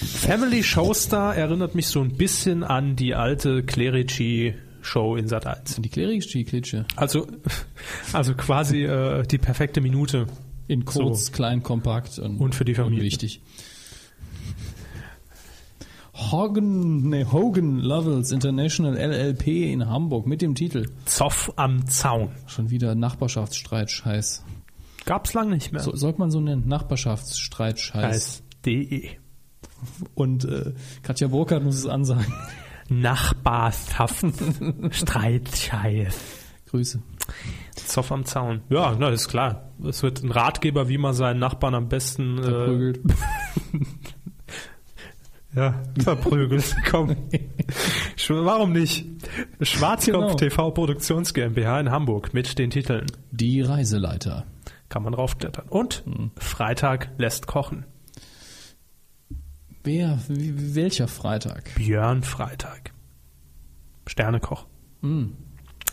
Family Showstar erinnert mich so ein bisschen an die alte Clerici-Show in Sat 1. Die Klerikschi-Klitsche. Also, also quasi äh, die perfekte Minute. In kurz, klein, kompakt und, Und für die Familie. wichtig. Hogan, nee, Hogan Lovells International LLP in Hamburg mit dem Titel. Zoff am Zaun. Schon wieder Nachbarschaftsstreit, Scheiß. Gab's lang nicht mehr. So, sollte man so nennen, Nachbarschaftsstreit, Scheiß. Als DE. Und äh, Katja Burkhardt muss es ansagen. Nachbarschaft. Streitscheiß. Grüße. Zoff am Zaun. Ja, na, ist klar. Es wird ein Ratgeber, wie man seinen Nachbarn am besten äh, Verprügelt. ja, verprügelt. Komm. Sch- Warum nicht? Schwarzkopf Genau. TV Produktions GmbH in Hamburg mit den Titeln. Die Reiseleiter. Kann man raufklettern. Und Hm. Freitag lässt kochen. Wer, w- welcher Freitag? Björn Freitag. Sternekoch. Hm.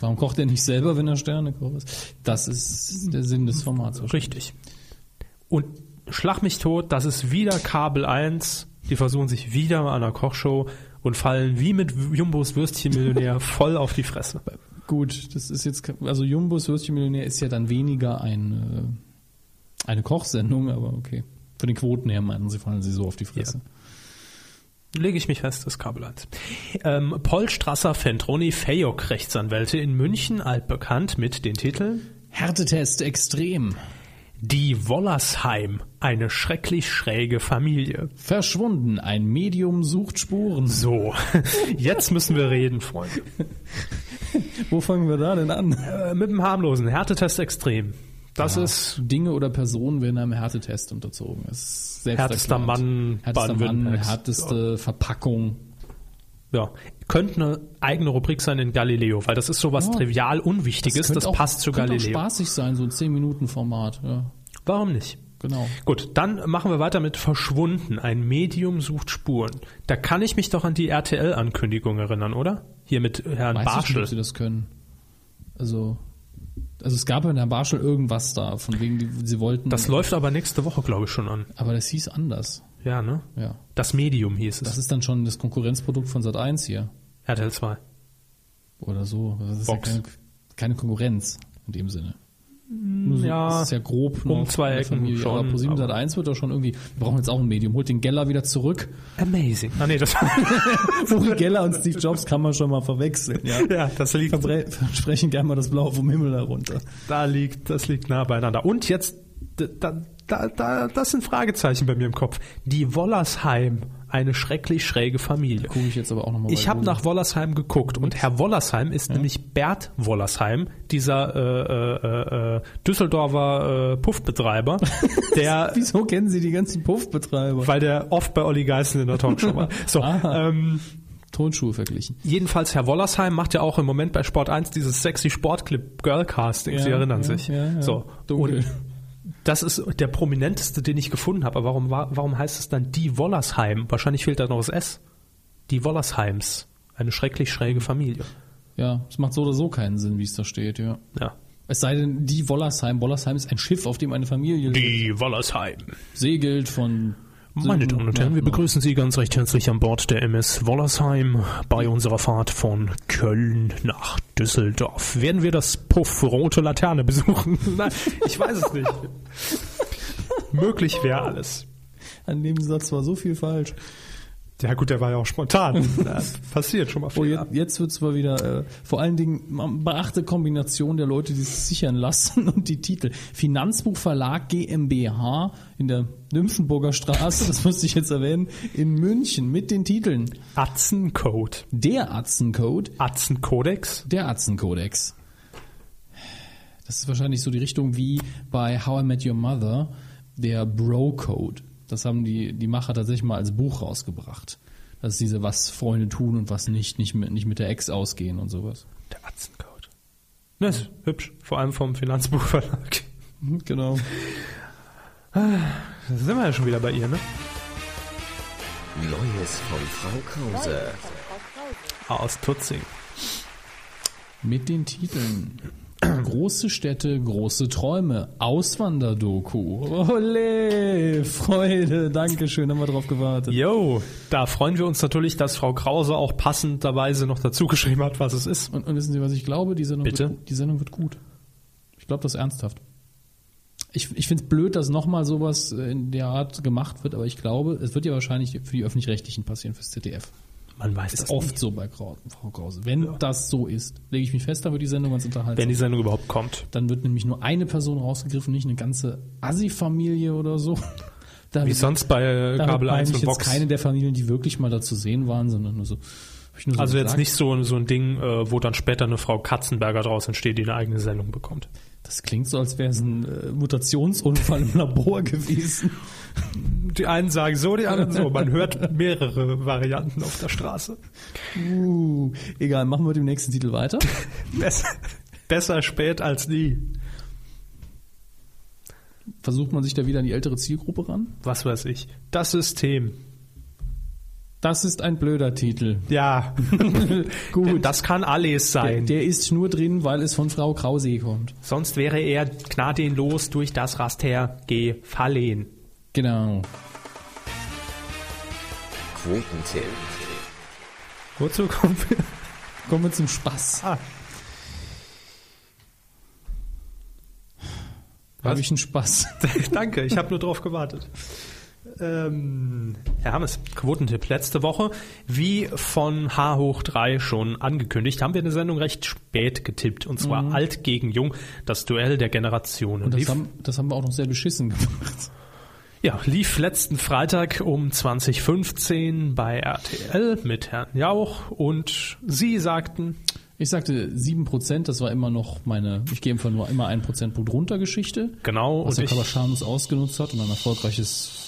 Warum kocht er nicht selber, wenn er Sternekoch ist? Das ist der Sinn des Formats. wahrscheinlich. Richtig. Und schlag mich tot, das ist wieder Kabel 1. Die versuchen sich wieder mal an einer Kochshow und fallen wie mit Jumbos Würstchenmillionär voll auf die Fresse. Gut, das ist jetzt, also Jumbos Würstchenmillionär ist ja dann weniger ein, äh, eine Kochsendung, aber okay. Von den Quoten her meinen sie, fallen sie so auf die Fresse. Lege ich mich fest, ist Kabel 1. Ähm, Paul Strasser, Fentroni, Fayok, Rechtsanwälte in München, altbekannt mit den Titeln Härtetest extrem. Die Wollersheim, eine schrecklich schräge Familie. Verschwunden. Ein Medium sucht Spuren. So, Oh, jetzt müssen wir reden, Freunde. Wo fangen wir da denn an? Äh, mit dem harmlosen Härtetest extrem. Das ist Dinge oder Personen werden einem Härtetest unterzogen. Das ist Härtester selbsterklärend. Mann härtester Mann, Baden-Württembergs. härteste Verpackung. ja, könnte eine eigene Rubrik sein in Galileo, weil das ist sowas Ja. trivial Unwichtiges, das, Oh. könnte auch- passt zu könnte Galileo. Auch spaßig sein, so ein 10-Minuten-Format. Ja, Warum nicht? genau. Gut, dann machen wir weiter mit Verschwunden. Ein Medium sucht Spuren. Da kann ich mich doch an die RTL-Ankündigung erinnern, oder? Hier mit Herrn Weiß ich nicht, ob sie Barschel. das können. Also, also es gab ja in der Barschel irgendwas da, von wegen, die, sie wollten. Das läuft aber nächste Woche, glaube ich, schon an. aber das hieß anders. Ja, ne? Ja. Das Medium hieß Das es. ist dann schon das Konkurrenzprodukt von Sat 1 hier. RTL 2. Oder so. Das ist Box. Ja keine, keine Konkurrenz in dem Sinne. Nur so, ja, das ist ja grob um noch zwei in der Ecken Familie. schon, aber ProSieben Sat 1 wird doch schon irgendwie, wir brauchen jetzt auch ein Medium, holt den Geller wieder zurück. Amazing. Ah, nee, das, Uri Geller und Steve Jobs kann man schon mal verwechseln. Ja. ja, das liegt, Verbre versprechen gerne mal das Blaue vom Himmel darunter. da liegt, das liegt nah beieinander. Und jetzt, da- da, da, da, das sind Fragezeichen bei mir im Kopf. Die Wollersheim, eine schrecklich schräge Familie. Gucke ich jetzt aber auch nochmal Ich habe nach Wollersheim geguckt und Herr Wollersheim ist nämlich Bert Wollersheim, dieser äh, äh, äh, Düsseldorfer äh, Puffbetreiber, der, Wieso kennen Sie die ganzen Puffbetreiber? weil der oft bei Olli Geißen in der Talkshow war. So, Aha. ähm, Tonschuhe verglichen. jedenfalls Herr Wollersheim macht ja auch im Moment bei Sport 1 dieses sexy Sportclip Girlcasting, Sie Ja, erinnern ja, sich. ja, ja. So, Dunkel. und das ist der prominenteste, den ich gefunden habe. Aber warum, war- warum heißt es dann die Wollersheim? Wahrscheinlich fehlt da noch das S. Die Wollersheims. Eine schrecklich schräge Familie. Ja, es macht so oder so keinen Sinn, wie es da steht, ja. Ja. Es sei denn, die Wollersheim. Wollersheim ist ein Schiff, auf dem eine Familie Die Wollersheim. segelt von. Meine Damen und Herren, wir begrüßen Sie ganz recht herzlich an Bord der MS Wollersheim bei unserer Fahrt von Köln nach Düsseldorf. Werden wir das Puff Rote Laterne besuchen? Nein, ich weiß es nicht. Möglich wäre alles. An dem Satz war so viel falsch. Ja gut, der war ja auch spontan. passiert schon mal Oh, jetzt, jetzt wird's mal wieder, äh, vor allen Dingen, man beachte Kombination der Leute, die es sichern lassen und die Titel. Finanzbuchverlag GmbH in der Nymphenburger Straße, das musste ich jetzt erwähnen, in München mit den Titeln Atzencode. Der Atzencode, Atzenkodex? der Atzenkodex. Das ist wahrscheinlich so die Richtung wie bei How I Met Your Mother, der Bro-Code. Das haben die, die Macher tatsächlich mal als Buch rausgebracht. Das ist diese, was Freunde tun und was nicht, nicht mit, nicht mit der Ex ausgehen und sowas. Der Atzencode. Das ist hübsch, vor allem vom Finanzbuchverlag. Genau. Da sind wir ja schon wieder bei ihr, ne? Neues von Frau Krause. Aus Tutzing. Mit den Titeln Große Städte, große Träume, Auswanderdoku. Ole, Freude, Dankeschön, haben wir drauf gewartet. Jo, da freuen wir uns natürlich, dass Frau Krause auch passenderweise noch dazu geschrieben hat, was es ist. Und, und wissen Sie, was ich glaube? Die Sendung, Bitte? Wird, gu- die Sendung wird gut. Ich glaube das ernsthaft. Ich, ich finde es blöd, dass nochmal sowas äh, in der Art gemacht wird, aber ich glaube, es wird ja wahrscheinlich für die Öffentlich-Rechtlichen passieren, fürs ZDF. Man weiß das Ist oft so bei Grau- Frau Krause. Wenn das so ist, lege ich mich fest, dann wird die Sendung ganz unterhaltsam. Wenn die Sendung überhaupt kommt. Dann wird nämlich nur eine Person rausgegriffen, nicht eine ganze Assi-Familie oder so. Da Wie wird- sonst bei äh, damit Kabel meine 1 ich und jetzt Box. keine der Familien, die wirklich mal da zu sehen waren, sondern nur so. hab ich nur so also jetzt gesagt. nicht so, so ein Ding, äh, wo dann später eine Frau Katzenberger draus entsteht, die eine eigene Sendung bekommt. Das klingt so, als wäre es ein äh, Mutationsunfall im Labor gewesen. Die einen sagen so, die anderen so. Man hört mehrere Varianten auf der Straße. Uh, egal, machen wir mit dem nächsten Titel weiter. Besser, besser spät als nie. Versucht man sich da wieder an die ältere Zielgruppe ran? Was weiß ich. Das System. Das ist ein blöder Titel. Ja. Gut. Uh, Das kann alles Der, sein. der ist nur drin, weil es von Frau Krause kommt. Sonst wäre er gnadenlos durch das Raster gefallen. Genau. Quotentipp. Wozu kommen wir? Kommen wir zum Spaß. Ah. Habe ich einen Spaß. Danke, ich habe nur drauf gewartet. Ähm, Herr Hammes, Quotentipp. Letzte Woche, wie von H hoch 3 schon angekündigt, haben wir eine Sendung recht spät getippt. Und zwar alt gegen jung, das Duell der Generationen. Und das Lief- haben, das haben wir auch noch sehr beschissen gemacht. Ja, lief letzten Freitag um 2015 bei RTL mit Herrn Jauch und Sie sagten, Ich sagte 7%, das war immer noch meine, ich gehe von nur immer 1 Prozentpunkt runter Geschichte. Genau, Was und der Cover ich- schamlos ausgenutzt hat und ein erfolgreiches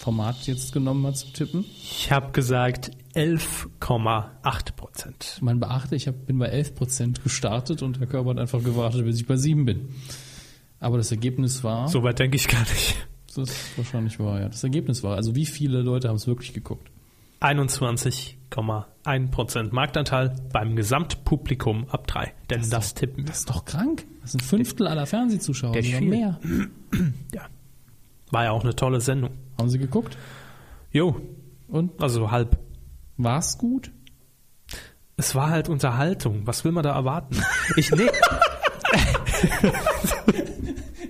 Format jetzt genommen hat zum Tippen. ich habe gesagt 11,8 Prozent. Man beachte, ich hab, bin bei 11% gestartet und der Körper hat einfach gewartet, bis ich bei 7 bin. Aber das Ergebnis war, Soweit denke ich gar nicht. das ist wahrscheinlich war, ja, das Ergebnis war, also wie viele Leute haben es wirklich geguckt? 21,1 Prozent Marktanteil beim Gesamtpublikum ab 3. Denn das, tippen wir. Das ist doch krank. Das sind ein Fünftel aller Fernsehzuschauer Der oder viel. mehr. Ja. War ja auch eine tolle Sendung. Haben sie geguckt Jo, und also halb. war's gut? Es war halt Unterhaltung. Was will man da erwarten? Ich nee,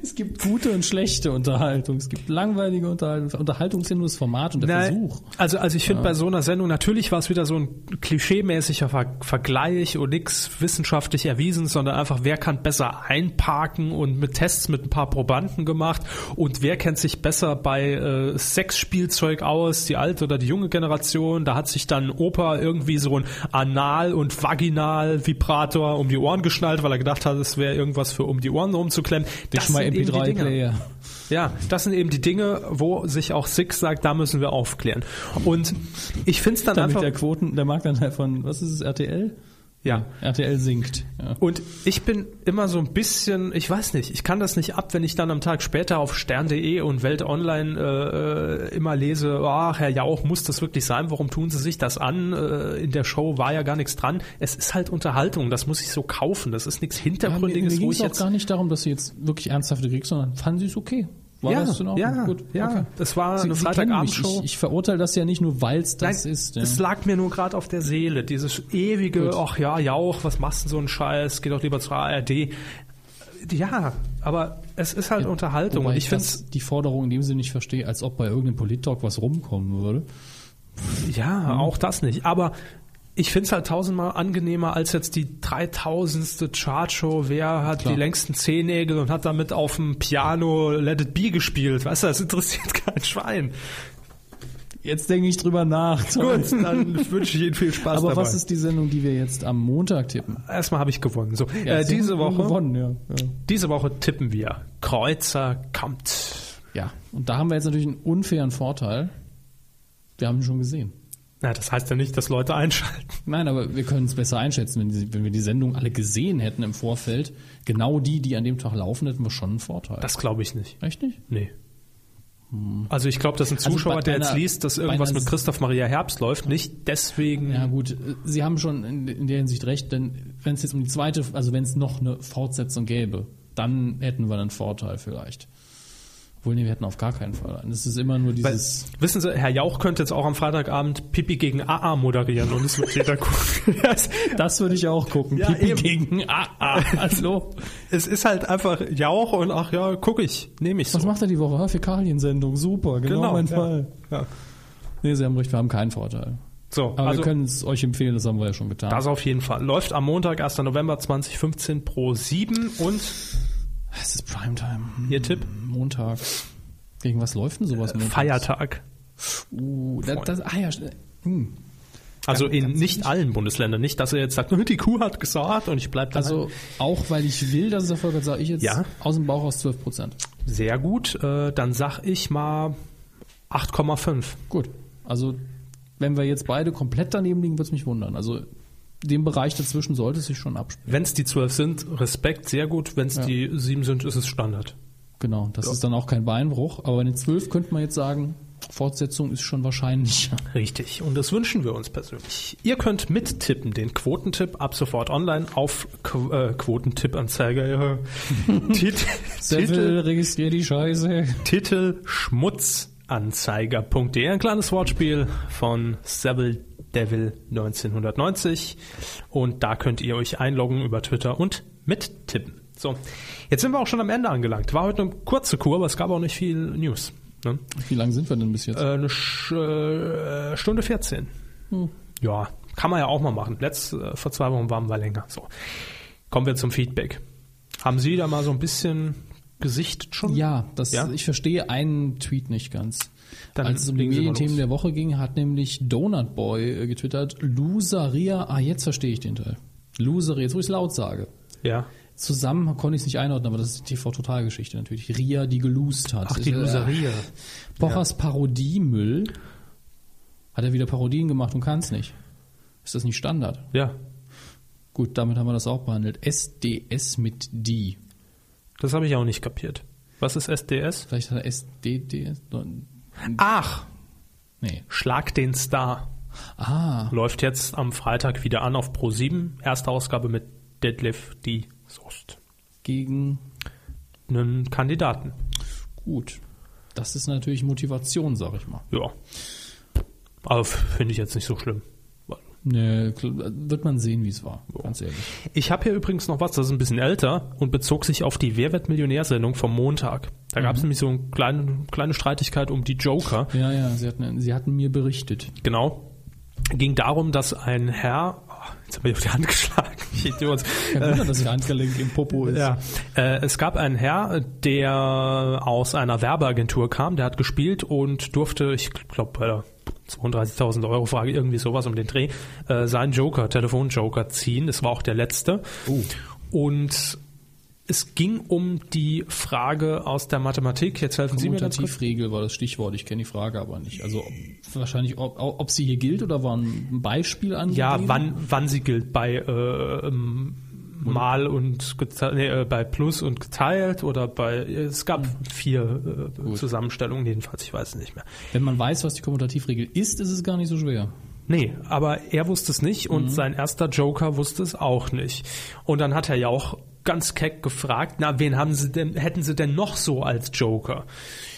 Es gibt gute und schlechte Unterhaltung. Es gibt langweilige Unterhaltung. Unterhaltung ist ja nur das Format und der nein, Versuch. also also ich finde bei so einer Sendung natürlich war es wieder so ein klischeemäßiger Ver Vergleich und nichts wissenschaftlich erwiesen, sondern einfach wer kann besser einparken und mit Tests mit ein paar Probanden gemacht und wer kennt sich besser bei äh, Sexspielzeug aus, die alte oder die junge Generation, da hat sich dann Opa irgendwie so ein Anal- und Vaginal-Vibrator um die Ohren geschnallt, weil er gedacht hat, es wäre irgendwas für um die Ohren rumzuklemmen. Dich mal sind eben die Dinger. MP3-Player. Ja, das sind eben die Dinge, wo sich auch Six sagt, da müssen wir aufklären. Und ich finde es dann Damit einfach. der Quoten, der Marktanteil von, was ist es, RTL? ja. RTL sinkt. Ja. Und ich bin immer so ein bisschen, ich weiß nicht, ich kann das nicht ab, wenn ich dann am Tag später auf stern.de und Welt Online äh, immer lese, ach Herr Jauch, muss das wirklich sein? Warum tun Sie sich das an? Äh, in der Show war ja gar nichts dran. Es ist halt Unterhaltung, das muss ich so kaufen. Das ist nichts Ja, mir mir Hintergründiges, ging wo es ich auch jetzt. gar nicht darum, dass sie jetzt wirklich ernsthafte kriegst, sondern fanden sie es okay. War das in Ordnung? ja, Gut, ja. okay. Es war Sie, eine sie kennen mich. Freitagabendshow. Ich, ich verurteile das ja nicht nur, weil es das Nein, ist. Ja. Es lag mir nur gerade auf der Seele, dieses ewige, Gut. ach ja, Jauch, was machst du so einen Scheiß, geh doch lieber zur ARD. Ja, aber es ist halt Unterhaltung Wobei und ich ich find's, das, die Forderung in dem Sinne nicht verstehe, als ob bei irgendeinem Polit-Talk was rumkommen würde. Mhm. ja, auch das nicht, aber ich find's halt tausendmal angenehmer als jetzt die 3000. Chartshow, wer hat Klar. die längsten Zehennägel und hat damit auf dem Piano Let It Be gespielt, weißt du, das interessiert kein Schwein. Jetzt denke ich drüber nach. Gut, dann wünsche ich Ihnen viel Spaß Aber dabei. was ist die Sendung, die wir jetzt am Montag tippen? Erstmal habe ich gewonnen. So, Ja, äh, Sie diese haben Woche Gewonnen, ja. ja. Diese Woche tippen wir. Kreuzer kommt. Ja, und da haben wir jetzt natürlich einen unfairen Vorteil. Wir haben ihn schon gesehen. Na, das heißt ja nicht, dass Leute einschalten. Nein, aber wir können es besser einschätzen. Wenn, die, wenn wir die Sendung alle gesehen hätten im Vorfeld, genau die, die an dem Tag laufen, hätten wir schon einen Vorteil. Das glaube ich nicht. Echt nicht? Nee. Also ich glaube, dass ein Hm. Also Zuschauer, bei- der bei jetzt einer- liest, dass bei irgendwas einer- mit Christoph Maria Herbst läuft, nicht deswegen. Ja gut, äh, Sie haben schon in, in der Hinsicht recht, denn wenn es jetzt um die zweite, also wenn es noch eine Fortsetzung gäbe, dann hätten wir einen Vorteil vielleicht. Obwohl, nee, wir hätten auf gar keinen Fall einen. Es ist immer nur Weil, dieses... wissen Sie, Herr Jauch könnte jetzt auch am Freitagabend Pipi gegen AA moderieren und es wird jeder gucken. Das- das würde ich auch gucken. Ja, Pipi eben. gegen AA. Hallo. es ist halt einfach Jauch und ach ja, gucke ich, nehme ich so. Was macht er die Woche? Ah, Fäkaliensendung. Super, genau, Genau, mein ja. Fall. Ja. Nee, Sie haben recht, wir haben keinen Vorteil. So, Aber also- wir können es euch empfehlen, das haben wir ja schon getan. Das auf jeden Fall. Läuft am Montag, 1. November 2015 pro 7 und es ist Primetime. Hm. Ihr Tipp? Äh, Montag. Gegen was läuft denn sowas? montags? Feiertag. Uh, das, das, ah ja, schnell. hm. Also in nicht allen Bundesländern. Nicht, dass er jetzt sagt, die Kuh hat gesagt und ich bleibe da. Also auch weil ich will, dass es Erfolg hat, sage ich jetzt Ja. aus dem Bauch aus 12 Prozent. sehr gut, äh, dann sag ich mal 8,5. Gut. Also wenn wir jetzt beide komplett daneben liegen, würde es mich wundern. Also den Bereich dazwischen sollte es sich schon abspielen. Wenn es die 12 sind, Respekt, sehr gut. Wenn es die 7 sind, ist es Standard. Genau, das ist dann auch kein Beinbruch. Aber bei den 12 könnte man jetzt sagen, Fortsetzung ist schon wahrscheinlicher. Richtig. Und das wünschen wir uns persönlich. Ihr könnt mittippen, den Quotentipp ab sofort online auf Qu äh, Quotentippanzeiger. Äh, Tit Seville, Titel, registrier die Scheiße. Titel Schmutzanzeiger.de. Ein kleines Wortspiel von Seville Devil 1990. Und da könnt ihr euch einloggen über Twitter und mittippen. So, jetzt sind wir auch schon am Ende angelangt. War heute eine kurze Kur, aber es gab auch nicht viel News. Ne? Wie lange sind wir denn bis jetzt? Äh, eine Sch äh, Stunde 14. Ja, kann man ja auch mal machen. Letzt, äh, vor zwei Wochen waren wir länger. So. Kommen wir zum Feedback. Haben Sie da mal so ein bisschen Gesicht schon? Ja, das, Ja? ich verstehe einen Tweet nicht ganz. Dann Als es um die legen Sie mal Medienthemen los. der Woche ging, hat nämlich Donut Boy äh, getwittert, Loseria, ah, jetzt verstehe ich den Teil. Loseria, jetzt wo ich es laut sage. Ja. Zusammen konnte ich es nicht einordnen, aber das ist die TV-Total-Geschichte natürlich. Ria, die geloost hat. Ach, die Ist, äh, Loseria. Pochers Parodiemüll. Hat er wieder Parodien gemacht und kann es nicht. Ist das nicht Standard? Ja. Gut, damit haben wir das auch behandelt. SDS mit die. Das habe ich auch nicht kapiert. Was ist SDS? Vielleicht hat er SDD. Ach, Nee. Schlag den Star. Ah, Läuft jetzt am Freitag wieder an auf Pro7. Erste Ausgabe mit Detlef D. Soest. gegen. Einen Kandidaten. Gut. Das ist natürlich Motivation, sag ich mal. Ja. Aber f- finde ich jetzt nicht so schlimm. Nee, Ne, kl- wird man sehen, wie es war. Ganz ehrlich. Ich habe hier übrigens noch was, das ist ein bisschen älter und bezog sich auf die Wer wird Millionär-Sendung vom Montag. Da gab es nämlich so eine kleine, kleine Streitigkeit um die Joker. Ja, ja, sie hatten, sie hatten mir berichtet. Genau. Ging darum, dass ein Herr. Oh, jetzt habe ich auf die Hand geschlagen. Ich Idiot. Kein Wunder, dass ihr Handgelenk im Popo ist. Ja. Äh, es gab einen Herr, der aus einer Werbeagentur kam, der hat gespielt und durfte, ich glaube, 32.000 Euro Frage, irgendwie sowas um den Dreh, äh, seinen Joker, Telefonjoker ziehen. Das war auch der letzte. Und es ging um die Frage aus der Mathematik. Jetzt helfen Sie mir ganz kurz. Kommutativregel war das Stichwort. Ich kenne die Frage aber nicht. Also ob, wahrscheinlich, ob, ob sie hier gilt oder war ein Beispiel angegeben? Ja, wann, wann sie gilt. Bei äh, ähm, Mal und geteilt, nee, äh, bei Plus und geteilt oder bei äh, es gab vier äh, Zusammenstellungen jedenfalls, ich weiß es nicht mehr. Wenn man weiß, was die Kommutativregel ist, ist es gar nicht so schwer. Nee, aber er wusste es nicht und sein erster Joker wusste es auch nicht. Und dann hat er ja auch ganz keck gefragt, na, wen haben sie denn, hätten sie denn noch so als Joker?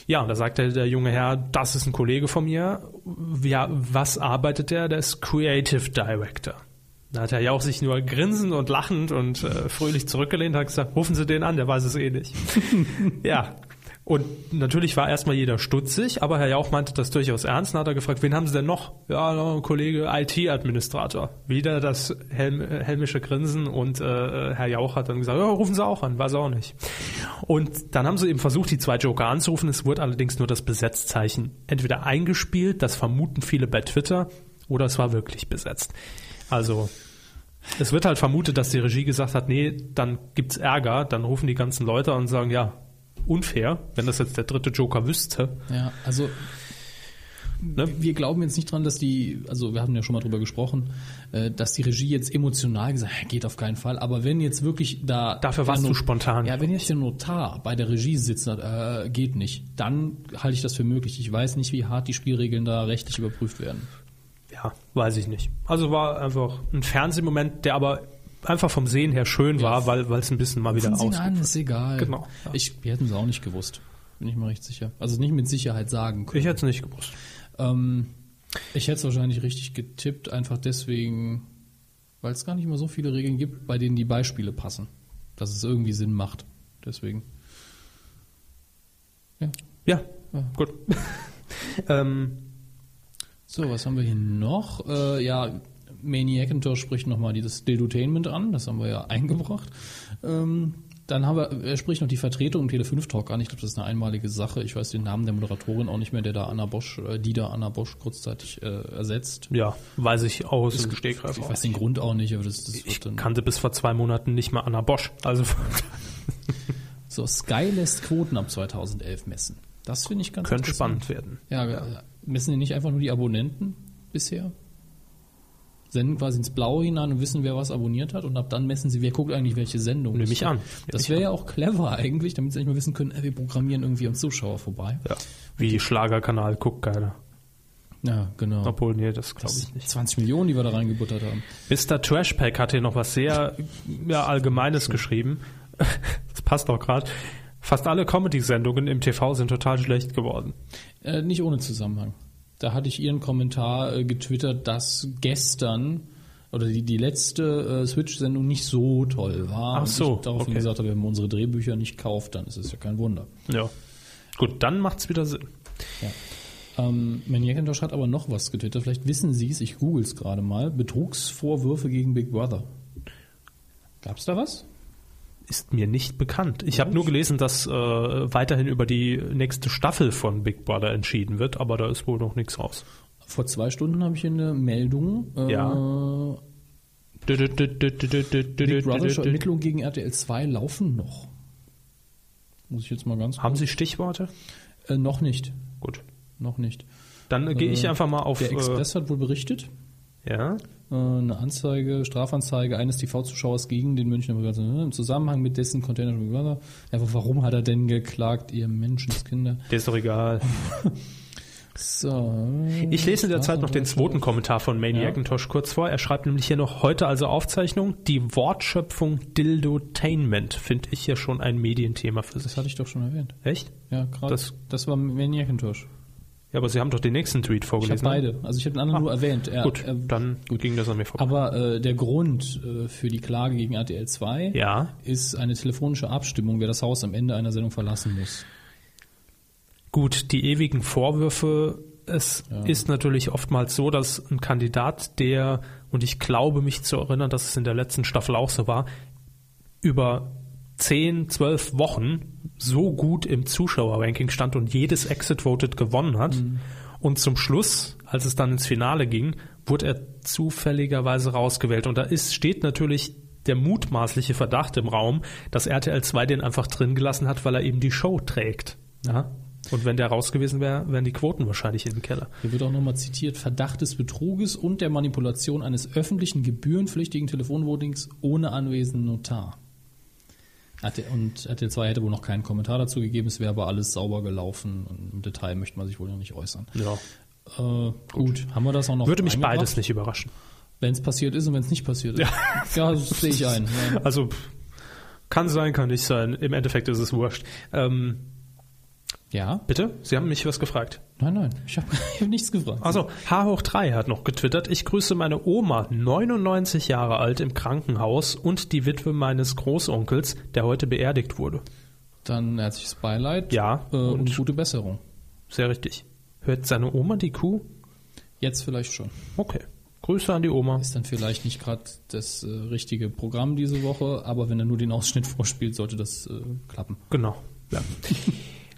Ja, und da sagte der junge Herr, das ist ein Kollege von mir. Ja, was arbeitet der? Der ist Creative Director. Da hat er ja auch sich nur grinsend und lachend und äh, fröhlich zurückgelehnt, hat gesagt, rufen Sie den an, der weiß es eh nicht. ja. Und natürlich war erstmal jeder stutzig, aber Herr Jauch meinte das durchaus ernst und hat er gefragt, wen haben Sie denn noch? Ja, noch ein Kollege IT-Administrator. Wieder das helm, äh, helmische Grinsen und äh, Herr Jauch hat dann gesagt, ja, rufen Sie auch an, weiß auch nicht. Und dann haben sie eben versucht, die zwei Joker anzurufen. Es wurde allerdings nur das Besetzzeichen entweder eingespielt, das vermuten viele bei Twitter, oder es war wirklich besetzt. Also es wird halt vermutet, dass die Regie gesagt hat, nee, dann gibt's Ärger, dann rufen die ganzen Leute an und sagen, ja, unfair, wenn das jetzt der dritte Joker wüsste. Ja, also Ne? wir glauben jetzt nicht dran, dass die, also wir haben ja schon mal drüber gesprochen, äh, dass die Regie jetzt emotional gesagt hat, geht auf keinen Fall. Aber wenn jetzt wirklich da. Dafür warst der du Not- spontan. Ja, wenn jetzt der Notar bei der Regie sitzt und sagt, äh, geht nicht, dann halte ich das für möglich. Ich weiß nicht, wie hart die Spielregeln da rechtlich überprüft werden. Ja, weiß ich nicht. Also war einfach ein Fernsehmoment, der aber einfach vom Sehen her schön war, weil weil es ein bisschen mal wieder Rufen Sie ihn aus. an, ist egal. Genau, ja. Ich, wir hätten es auch nicht gewusst. Bin ich mir recht sicher. Also nicht mit Sicherheit sagen können. Ich hätte es nicht gewusst. Ähm, ich hätte es wahrscheinlich richtig getippt, einfach deswegen, weil es gar nicht mal so viele Regeln gibt, bei denen die Beispiele passen. Dass es irgendwie Sinn macht. Deswegen. Ja. Ja, Ja. gut. ähm, So, was haben wir hier noch? Äh, ja, Maniacintosh spricht nochmal dieses Dildotainment an, das haben wir ja eingebracht. Ähm, dann haben wir, er spricht noch die Vertretung im Tele5-Talk an. Ich glaube, das ist eine einmalige Sache. Ich weiß den Namen der Moderatorin auch nicht mehr, der da Anna Bosch, äh, die da Anna Bosch kurzzeitig äh, ersetzt. ja, weiß ich aus dem Stegreif. Ich auch. weiß den Grund auch nicht, aber das, das wird Ich dann. kannte bis vor zwei Monaten nicht mal Anna Bosch. Also So, Sky lässt Quoten ab 2011 messen. Das finde ich ganz könnte interessant. spannend werden. Ja, ja, messen die nicht einfach nur die Abonnenten bisher? Senden quasi ins Blaue hinein und wissen, wer was abonniert hat und ab dann messen sie, wer guckt eigentlich welche Sendung. Nehme ich an. Das wäre ja auch clever eigentlich, damit sie nicht mal wissen können, ey, wir programmieren irgendwie am Zuschauer vorbei. Ja. Wie Schlagerkanal guckt keiner. Ja, genau. Obwohl, nee, das glaube Das ich sind nicht. 20 Millionen, die wir da reingebuttert haben. Mr. Trashpack hat hier noch was sehr ja, Allgemeines geschrieben. Das passt auch gerade. Fast alle Comedy-Sendungen im TV sind total schlecht geworden. Äh, nicht ohne Zusammenhang. Da hatte ich Ihren Kommentar äh, getwittert, dass gestern äh, oder die, die letzte äh, Switch-Sendung nicht so toll war. Ach Und so, Ich daraufhin okay. gesagt habe, wenn man unsere Drehbücher nicht kauft, dann ist es ja kein Wunder. Ja. Gut, dann macht's wieder Sinn. Ähm, Maniacintosh hat aber noch was getwittert. Vielleicht wissen Sie es, ich google es gerade mal. Betrugsvorwürfe gegen Big Brother. Gab's da was? Ist mir nicht bekannt. Ich habe nur gelesen, dass äh, weiterhin über die nächste Staffel von Big Brother entschieden wird, aber da ist wohl noch nichts raus. Vor zwei Stunden habe ich hier eine Meldung. Äh, Ja. Big Brothers Ermittlungen gegen RTL 2 laufen noch. Muss ich jetzt mal ganz Haben Sie Stichworte? Äh, noch nicht. Gut. Noch nicht. Dann äh, gehe ich Äh, einfach mal auf. Der Äh, Express hat wohl berichtet, ja. äh, eine Anzeige, Strafanzeige eines TV-Zuschauers gegen den Münchner Bürger im Zusammenhang mit dessen Container. Ja, aber warum hat er denn geklagt, ihr Menschenskinder? Der ist doch egal. So. Ich lese in der Zeit noch den zweiten Kommentar von Maniacintosh kurz vor. Er schreibt nämlich hier noch heute also Aufzeichnung. Die Wortschöpfung Dildotainment finde ich hier schon ein Medienthema für Das sich. hatte ich doch schon erwähnt. Echt? Ja, gerade. Das- Das, das war Maniacintosh. Ja, aber Sie haben doch den nächsten Tweet Ich habe vorgelesen. ne? beide. Also ich habe den anderen nur erwähnt. Er, Ah, Gut, er, dann ging das an mir vorbei. aber äh, der Grund äh, für die Klage gegen RTL 2 Ja, ist eine telefonische Abstimmung, wer das Haus am Ende einer Sendung verlassen muss. gut, die ewigen Vorwürfe. Es ist natürlich oftmals so, dass ein Kandidat, der, und ich glaube mich zu erinnern, dass es in der letzten Staffel auch so war, über 10, 12 Wochen so gut im Zuschauerranking stand und jedes Exit Voted gewonnen hat. Und zum Schluss, als es dann ins Finale ging, wurde er zufälligerweise rausgewählt. Und da ist, steht natürlich der mutmaßliche Verdacht im Raum, dass RTL 2 den einfach drin gelassen hat, weil er eben die Show trägt. Ja? Und wenn der raus gewesen wäre, wären die Quoten wahrscheinlich in den Keller. Hier wird auch nochmal zitiert, Verdacht des Betruges und der Manipulation eines öffentlichen gebührenpflichtigen Telefonvotings ohne anwesenden Notar. RTL Und RTL 2 hätte wohl noch keinen Kommentar dazu gegeben, es wäre aber alles sauber gelaufen und im Detail möchte man sich wohl noch nicht äußern. Ja. Äh, gut, haben wir das auch noch Würde mich eingebracht? beides nicht überraschen. Wenn es passiert ist und wenn es nicht passiert ist. Ja, das sehe ich ein. Ja. Also pff, kann sein, kann nicht sein. Im Endeffekt ist es wurscht. Ähm, ja? Bitte? Sie haben mich was gefragt. Nein, nein, ich habe hab nichts gefragt. Also, H hoch 3 hat noch getwittert, ich grüße meine Oma, 99 Jahre alt, im Krankenhaus und die Witwe meines Großonkels, der heute beerdigt wurde. Dann herzliches Beileid Ja, äh, und, und- gute Besserung. Sehr richtig. Hört seine Oma die Kuh? Jetzt vielleicht schon. Okay. Grüße an die Oma. Ist dann vielleicht nicht gerade das äh, richtige Programm diese Woche, aber wenn er nur den Ausschnitt vorspielt, sollte das äh, klappen. Genau. Ja.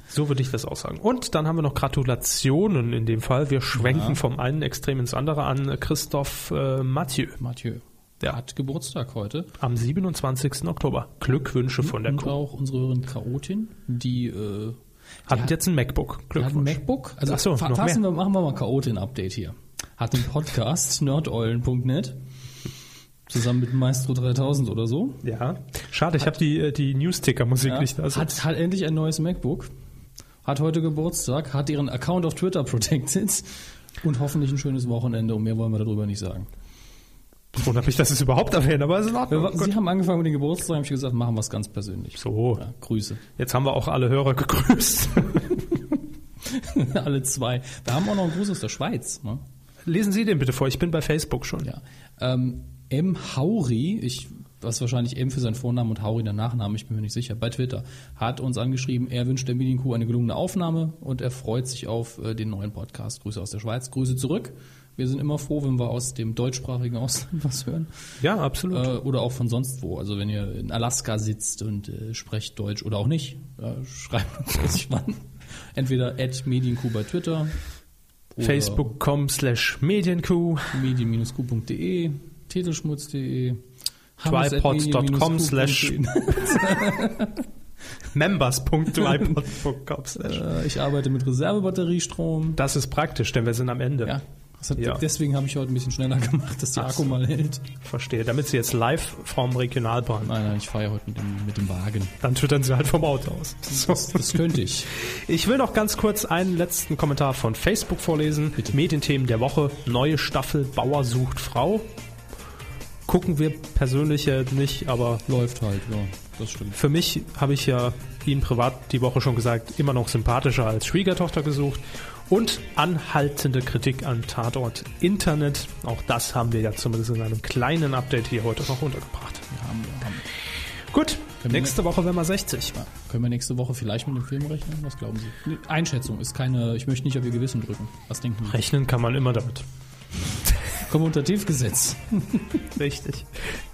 So würde ich das aussagen. Und dann haben wir noch Gratulationen in dem Fall. Wir schwenken vom einen Extrem ins andere an Christoph äh, Mathieu Mathieu Ja. hat Geburtstag heute am 27. Oktober. Glückwünsche von der und Kuh. auch unsere Hörerin Chaotin, die, äh, Hat, hat- jetzt ein MacBook. die hat ein Glückwunsch. MacBook. Also Ach so, fa- noch fassen mehr. wir, machen wir mal Chaotin-Update hier. Hat den Podcast nerdeulen.net zusammen mit Maestro 3000 oder so. Ja, schade, ich habe die, äh, die News-Ticker-Musik Ja, nicht. Also, hat, hat endlich ein neues MacBook, hat heute Geburtstag, hat ihren Account auf Twitter protected und hoffentlich ein schönes Wochenende und mehr wollen wir darüber nicht sagen. wundert mich, dass es überhaupt erwähnt, aber es ist in Wir, Ordnung. wa- Sie haben angefangen mit den Geburtstagen, habe ich gesagt, machen wir es ganz persönlich. so, Ja, Grüße. jetzt haben wir auch alle Hörer gegrüßt. Alle zwei. Wir haben auch noch einen Gruß aus der Schweiz. Ne? Lesen Sie den bitte vor, ich bin bei Facebook schon. Ja. Ähm, M. Hauri, ich, was wahrscheinlich M für seinen Vornamen und Hauri der Nachname, ich bin mir nicht sicher, bei Twitter, hat uns angeschrieben, er wünscht der Medienkuh eine gelungene Aufnahme und er freut sich auf äh, den neuen Podcast. Grüße aus der Schweiz, Grüße zurück. Wir sind immer froh, wenn wir aus dem deutschsprachigen Ausland was hören. Ja, absolut. Äh, oder auch von sonst wo. Also wenn ihr in Alaska sitzt und äh, sprecht Deutsch oder auch nicht, äh, schreibt uns das mal. Entweder at medienkuh bei Twitter, oder- Facebook.com slash Medienkuh, medien-q.de, titelschmutz.de, Twipods.com slash- members.ipod.com slash. Äh, Ich arbeite mit Reservebatteriestrom. Das ist praktisch, denn wir sind am Ende. Ja, das hat, Ja. deswegen habe ich heute ein bisschen schneller gemacht, dass der Ach Akku so. mal hält. Verstehe. Damit Sie jetzt live vom Regionalbahn. Nein, nein, ich fahre ja heute mit dem, mit dem Wagen. Dann twittern Sie halt vom Auto aus. So. Das, das könnte ich. Ich will noch ganz kurz einen letzten Kommentar von Facebook vorlesen. Medienthemen der Woche. Neue Staffel Bauer sucht Frau. Gucken wir persönlich ja nicht, aber Läuft halt, ja, das stimmt. für mich habe ich ja ihm privat die Woche schon gesagt, immer noch sympathischer als Schwiegertochter gesucht. Und anhaltende Kritik an Tatort Internet. Auch das haben wir ja zumindest in einem kleinen Update hier heute noch untergebracht. Haben wir, haben. wir. Gut, Können wir- nächste Woche werden wir 60. Ja. Können wir nächste Woche vielleicht mit dem Film rechnen? Was glauben Sie? Nee, Einschätzung ist keine, ich möchte nicht auf Ihr Gewissen drücken. Was denken Sie? Rechnen kann man immer damit. Kommutativgesetz. Richtig.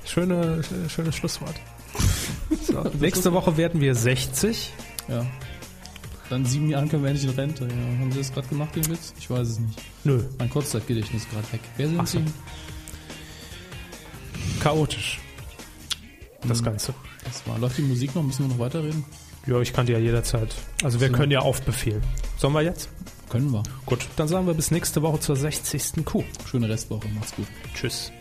Schöne, äh, schönes Schlusswort. So, nächste Woche werden wir 60. Ja. Dann sieben Jahren können wir endlich in Rente. Ja. Haben Sie das gerade gemacht, den Witz? Ich weiß es nicht. Nö, Mein Kurzzeitgedächtnis ist gerade weg. Wer sind Ach so. Sie? chaotisch. Das Ganze. Das war, läuft die Musik noch? Müssen wir noch weiterreden? Ja, ich kann dir ja jederzeit. Also wir So. können ja auf Befehl. Sollen wir jetzt? Können wir. Gut, dann sagen wir bis nächste Woche zur 60. Kuh. Schöne Restwoche. Macht's gut. Tschüss.